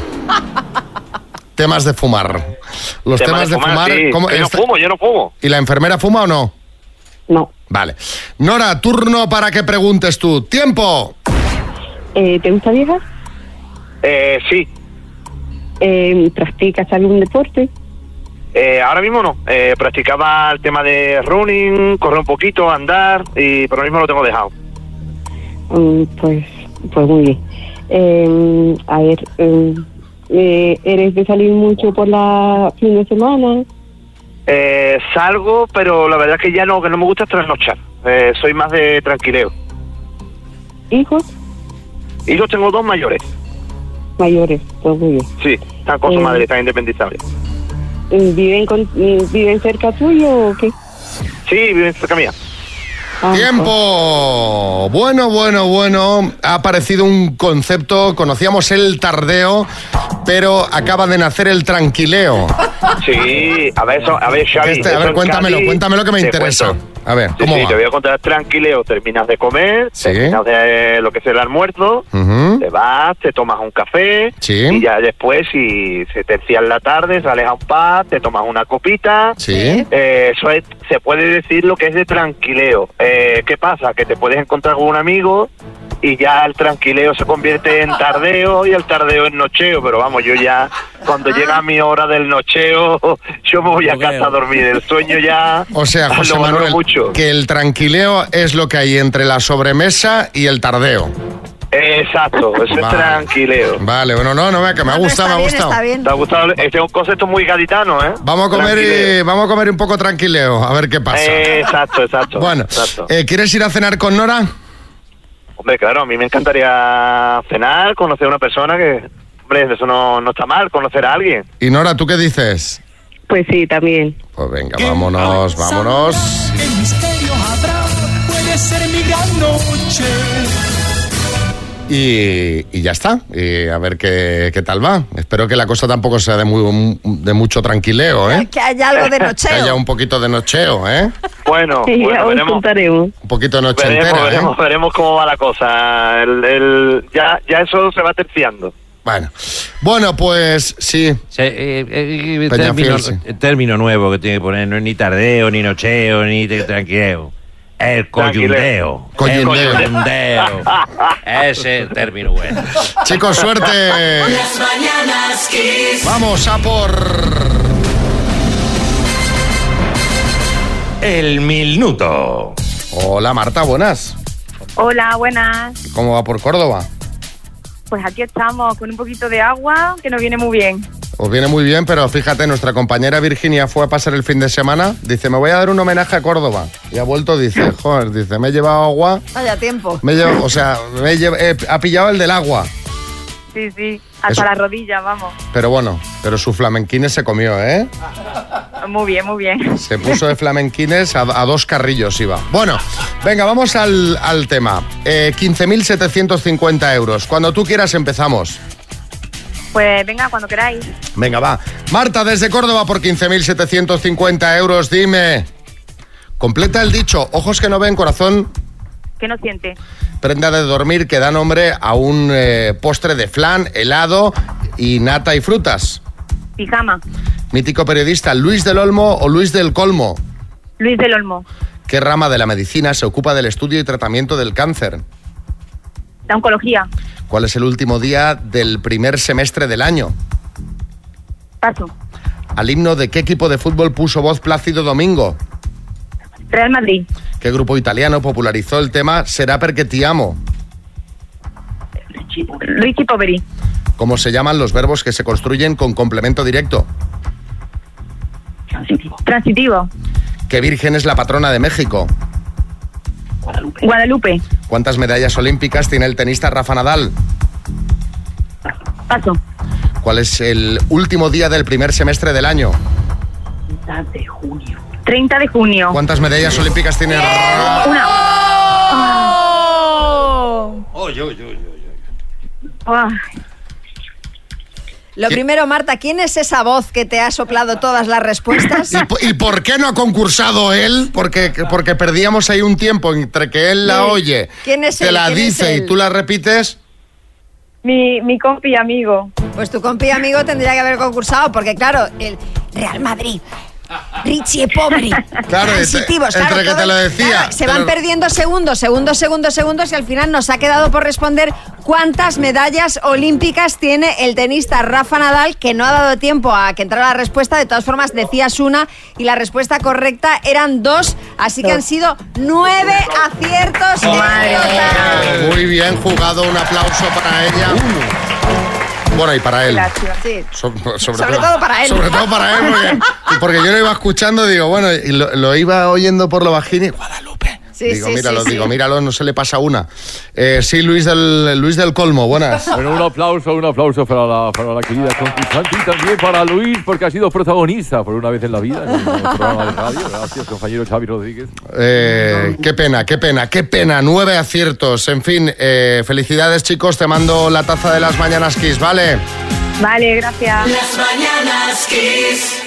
Speaker 3: Temas de fumar. Los temas, de fumar...
Speaker 9: sí.
Speaker 3: ¿cómo este?
Speaker 9: Yo no
Speaker 3: está-
Speaker 9: fumo, yo no fumo.
Speaker 3: ¿Y la enfermera fuma o no?
Speaker 27: No.
Speaker 3: Vale. Nora, turno para que preguntes tú. ¡Tiempo!
Speaker 27: ¿Te gusta vieja?
Speaker 9: Eh, sí.
Speaker 27: Eh, ¿Practicas algún deporte?
Speaker 9: Eh, ahora mismo no. Eh, practicaba el tema de running, correr un poquito, andar, y pero ahora mismo lo tengo dejado.
Speaker 27: Mm, Pues, pues muy bien. Eh, a ver, eh, eh, ¿eres de salir mucho por la fin de semana?
Speaker 9: Eh, salgo, pero la verdad es que ya no, que no me gusta trasnochar. Eh, soy más de tranquileo.
Speaker 27: ¿Hijos
Speaker 9: Y yo tengo dos mayores.
Speaker 27: mayores? Pues muy bien.
Speaker 9: Sí, están con su
Speaker 27: Eh.
Speaker 9: madre, están independizables.
Speaker 27: Mm, ¿Viven, con, mm, ¿Viven cerca tuyo o qué?
Speaker 9: Sí, viven cerca mía.
Speaker 3: Tiempo. Bueno, bueno, bueno. Ha aparecido un concepto. Conocíamos el tardeo, pero acaba de nacer el tranquileo.
Speaker 9: Sí, a ver, eso, a ver, Xavi.
Speaker 3: Este, a
Speaker 9: eso
Speaker 3: ver,
Speaker 9: en
Speaker 3: cuéntamelo,
Speaker 9: Cádiz
Speaker 3: cuéntamelo que me
Speaker 9: te
Speaker 3: interesa.
Speaker 9: cuento.
Speaker 3: A ver,
Speaker 9: Sí,
Speaker 3: ¿cómo
Speaker 9: sí,
Speaker 3: va?
Speaker 9: te voy a contar tranquileo. Terminas de comer, terminas de eh, lo que es el almuerzo,
Speaker 3: Ujú.
Speaker 9: te vas, te tomas un café
Speaker 3: Sí.
Speaker 9: y ya después, si se te en la tarde, sales a un pub, te tomas una copita.
Speaker 3: Sí.
Speaker 9: Eh, eso es- se puede decir lo que es de tranquileo. Eh, ¿Qué pasa? Que te puedes encontrar con un amigo y ya el tranquileo se convierte en tardeo y el tardeo en nocheo. Pero vamos, yo ya, cuando llega mi hora del nocheo, yo me voy a casa a dormir. El sueño ya.
Speaker 3: O sea, José
Speaker 9: lo valoro
Speaker 3: Manuel,
Speaker 9: mucho.
Speaker 3: que el tranquileo es lo que hay entre la sobremesa y el tardeo.
Speaker 9: Eh, Exacto, eso es
Speaker 3: Vale.
Speaker 9: tranquileo.
Speaker 3: Vale, bueno, no, no, que me ha gustado, me ha gustado.
Speaker 9: ¿Te ha gustado? Este es un concepto muy gaditano, ¿eh?
Speaker 3: Vamos a comer y,
Speaker 9: Tranquileo.
Speaker 3: vamos a comer un poco tranquileo, a ver qué pasa.
Speaker 9: Eh, exacto, exacto.
Speaker 3: Bueno,
Speaker 9: exacto.
Speaker 3: eh, ¿quieres ir a cenar con Nora?
Speaker 9: Hombre, claro, a mí me encantaría cenar, conocer a una persona que... Hombre, eso no, no está mal, conocer a alguien.
Speaker 3: Y Nora, ¿tú qué dices?
Speaker 27: Pues sí, también.
Speaker 3: Pues venga, vámonos, vámonos.
Speaker 1: ¿Qué misterio habrá? Puede ser mi gran noche.
Speaker 3: Y, y ya está. Y a ver qué, qué tal va. Espero que la cosa tampoco sea de, muy, de mucho tranquileo, ¿eh?
Speaker 5: Que haya algo de nocheo.
Speaker 3: Que haya un poquito de nocheo, ¿eh?
Speaker 9: Bueno, bueno, veremos.
Speaker 3: Un poquito de noche
Speaker 9: Veremos,
Speaker 3: entera,
Speaker 9: veremos,
Speaker 3: ¿eh?
Speaker 9: veremos cómo va la cosa. El, el- ya, ya eso se va terciando.
Speaker 3: Bueno. Bueno, pues sí.
Speaker 28: término,
Speaker 3: Peñafiel, sí.
Speaker 28: término nuevo que tiene que poner, no es ni tardeo, ni nocheo, ni te- tranquileo. El coyundeo.
Speaker 3: Coyundeo.
Speaker 28: El coyundeo. Ese es el término bueno.
Speaker 3: Chicos, suerte.
Speaker 1: Las mañanas Kiss.
Speaker 3: Vamos a por.
Speaker 28: El minuto.
Speaker 3: Hola, Marta, buenas.
Speaker 6: Hola, buenas.
Speaker 3: ¿Cómo va por Córdoba?
Speaker 6: Pues aquí estamos con un poquito de agua que nos viene muy bien.
Speaker 3: Os viene muy bien, pero fíjate, nuestra compañera Virginia fue a pasar el fin de semana. Dice, me voy a dar un homenaje a Córdoba. Y ha vuelto, dice, joder, dice, me he llevado agua.
Speaker 5: Vaya tiempo.
Speaker 3: Me he llevado- o sea, me he llev- eh, ha pillado el del agua.
Speaker 6: Sí, sí, hasta
Speaker 3: Eso.
Speaker 6: las rodillas, vamos.
Speaker 3: Pero bueno, pero su flamenquines se comió, ¿eh?
Speaker 6: Muy bien, muy bien.
Speaker 3: Se puso de flamenquines a, a dos carrillos iba. Bueno, venga, vamos al, al tema. Eh, 15.750 euros. Cuando tú quieras empezamos.
Speaker 6: Pues venga, cuando queráis.
Speaker 3: Venga, va. Marta, desde Córdoba, por 15.750 euros, dime. Completa el dicho, ojos que no ven, corazón,
Speaker 6: ¿Qué nos siente?
Speaker 3: prenda de dormir que da nombre a un eh, postre de flan, helado y nata y frutas.
Speaker 6: Pijama.
Speaker 3: Mítico periodista Luis del Olmo o Luis del Colmo.
Speaker 6: Luis del Olmo.
Speaker 3: ¿Qué rama de la medicina se ocupa del estudio y tratamiento del cáncer?
Speaker 6: La oncología.
Speaker 3: ¿Cuál es el último día del primer semestre del año?
Speaker 6: Paso.
Speaker 3: ¿Al himno de qué equipo de fútbol puso voz Plácido Domingo?
Speaker 6: Real Madrid.
Speaker 3: ¿Qué grupo italiano popularizó el tema Será perché ti amo?
Speaker 6: Ricky Poveri.
Speaker 3: ¿Cómo se llaman los verbos que se construyen con complemento directo?
Speaker 6: Transitivo.
Speaker 3: ¿Qué virgen es la patrona de México?
Speaker 6: Guadalupe.
Speaker 3: ¿Cuántas medallas olímpicas tiene el tenista Rafa Nadal?
Speaker 6: Paso.
Speaker 3: ¿Cuál es el último día del primer semestre del año?
Speaker 6: 30 de junio.
Speaker 3: ¿Cuántas medallas olímpicas tiene Ra-
Speaker 6: Una.
Speaker 5: ¡Oh!
Speaker 6: Ah,
Speaker 5: Lo primero, Marta, ¿quién es esa voz que te ha soplado todas las respuestas?
Speaker 3: ¿Y po- ¿Y por qué no ha concursado él? Porque, porque perdíamos ahí un tiempo entre que él la
Speaker 6: Sí.
Speaker 3: oye,
Speaker 6: ¿Quién es
Speaker 3: te
Speaker 6: él?
Speaker 3: la
Speaker 6: ¿Quién es
Speaker 3: dice
Speaker 6: él?
Speaker 3: y tú la repites.
Speaker 6: Mi, mi compi y amigo.
Speaker 5: Pues tu compi y amigo tendría que haber concursado, porque claro, el Real Madrid. Richie Pobre.
Speaker 3: Claro,
Speaker 5: Transitivos,
Speaker 3: entre-
Speaker 5: claro,
Speaker 3: entre que te lo decía,
Speaker 5: claro, se
Speaker 3: te
Speaker 5: van
Speaker 3: lo-
Speaker 5: perdiendo segundos, segundos, segundos, segundos y al final nos ha quedado por responder cuántas medallas olímpicas tiene el tenista Rafa Nadal, que no ha dado tiempo a que entrara la respuesta. De todas formas, decías una y la respuesta correcta eran dos, así que han sido nueve aciertos en total.
Speaker 3: Muy bien jugado, un aplauso para ella.
Speaker 6: Uh.
Speaker 3: Bueno, y para él.
Speaker 5: Sí.
Speaker 3: So- sobre,
Speaker 5: Sobre todo para él.
Speaker 3: Sobre todo para él, porque, porque yo lo iba escuchando, digo, bueno, y lo, lo iba oyendo por lo bajín y Guadalupe.
Speaker 5: Sí,
Speaker 3: digo,
Speaker 5: sí,
Speaker 3: míralo,
Speaker 5: sí,
Speaker 3: digo,
Speaker 5: sí.
Speaker 3: míralo, no se le pasa una. Eh, sí, Luis del, Luis del Colmo, buenas.
Speaker 11: Bueno, un aplauso, un aplauso para la, para la querida concursante y también para Luis, porque ha sido protagonista por una vez en la vida en el programa de radio. Gracias, compañero Xavi Rodríguez.
Speaker 3: Eh, qué pena, qué pena, qué pena. Nueve aciertos. En fin, eh, felicidades, chicos. Te mando la taza de las mañanas Kiss, ¿vale?
Speaker 6: Vale, gracias.
Speaker 1: Las mañanas Kiss.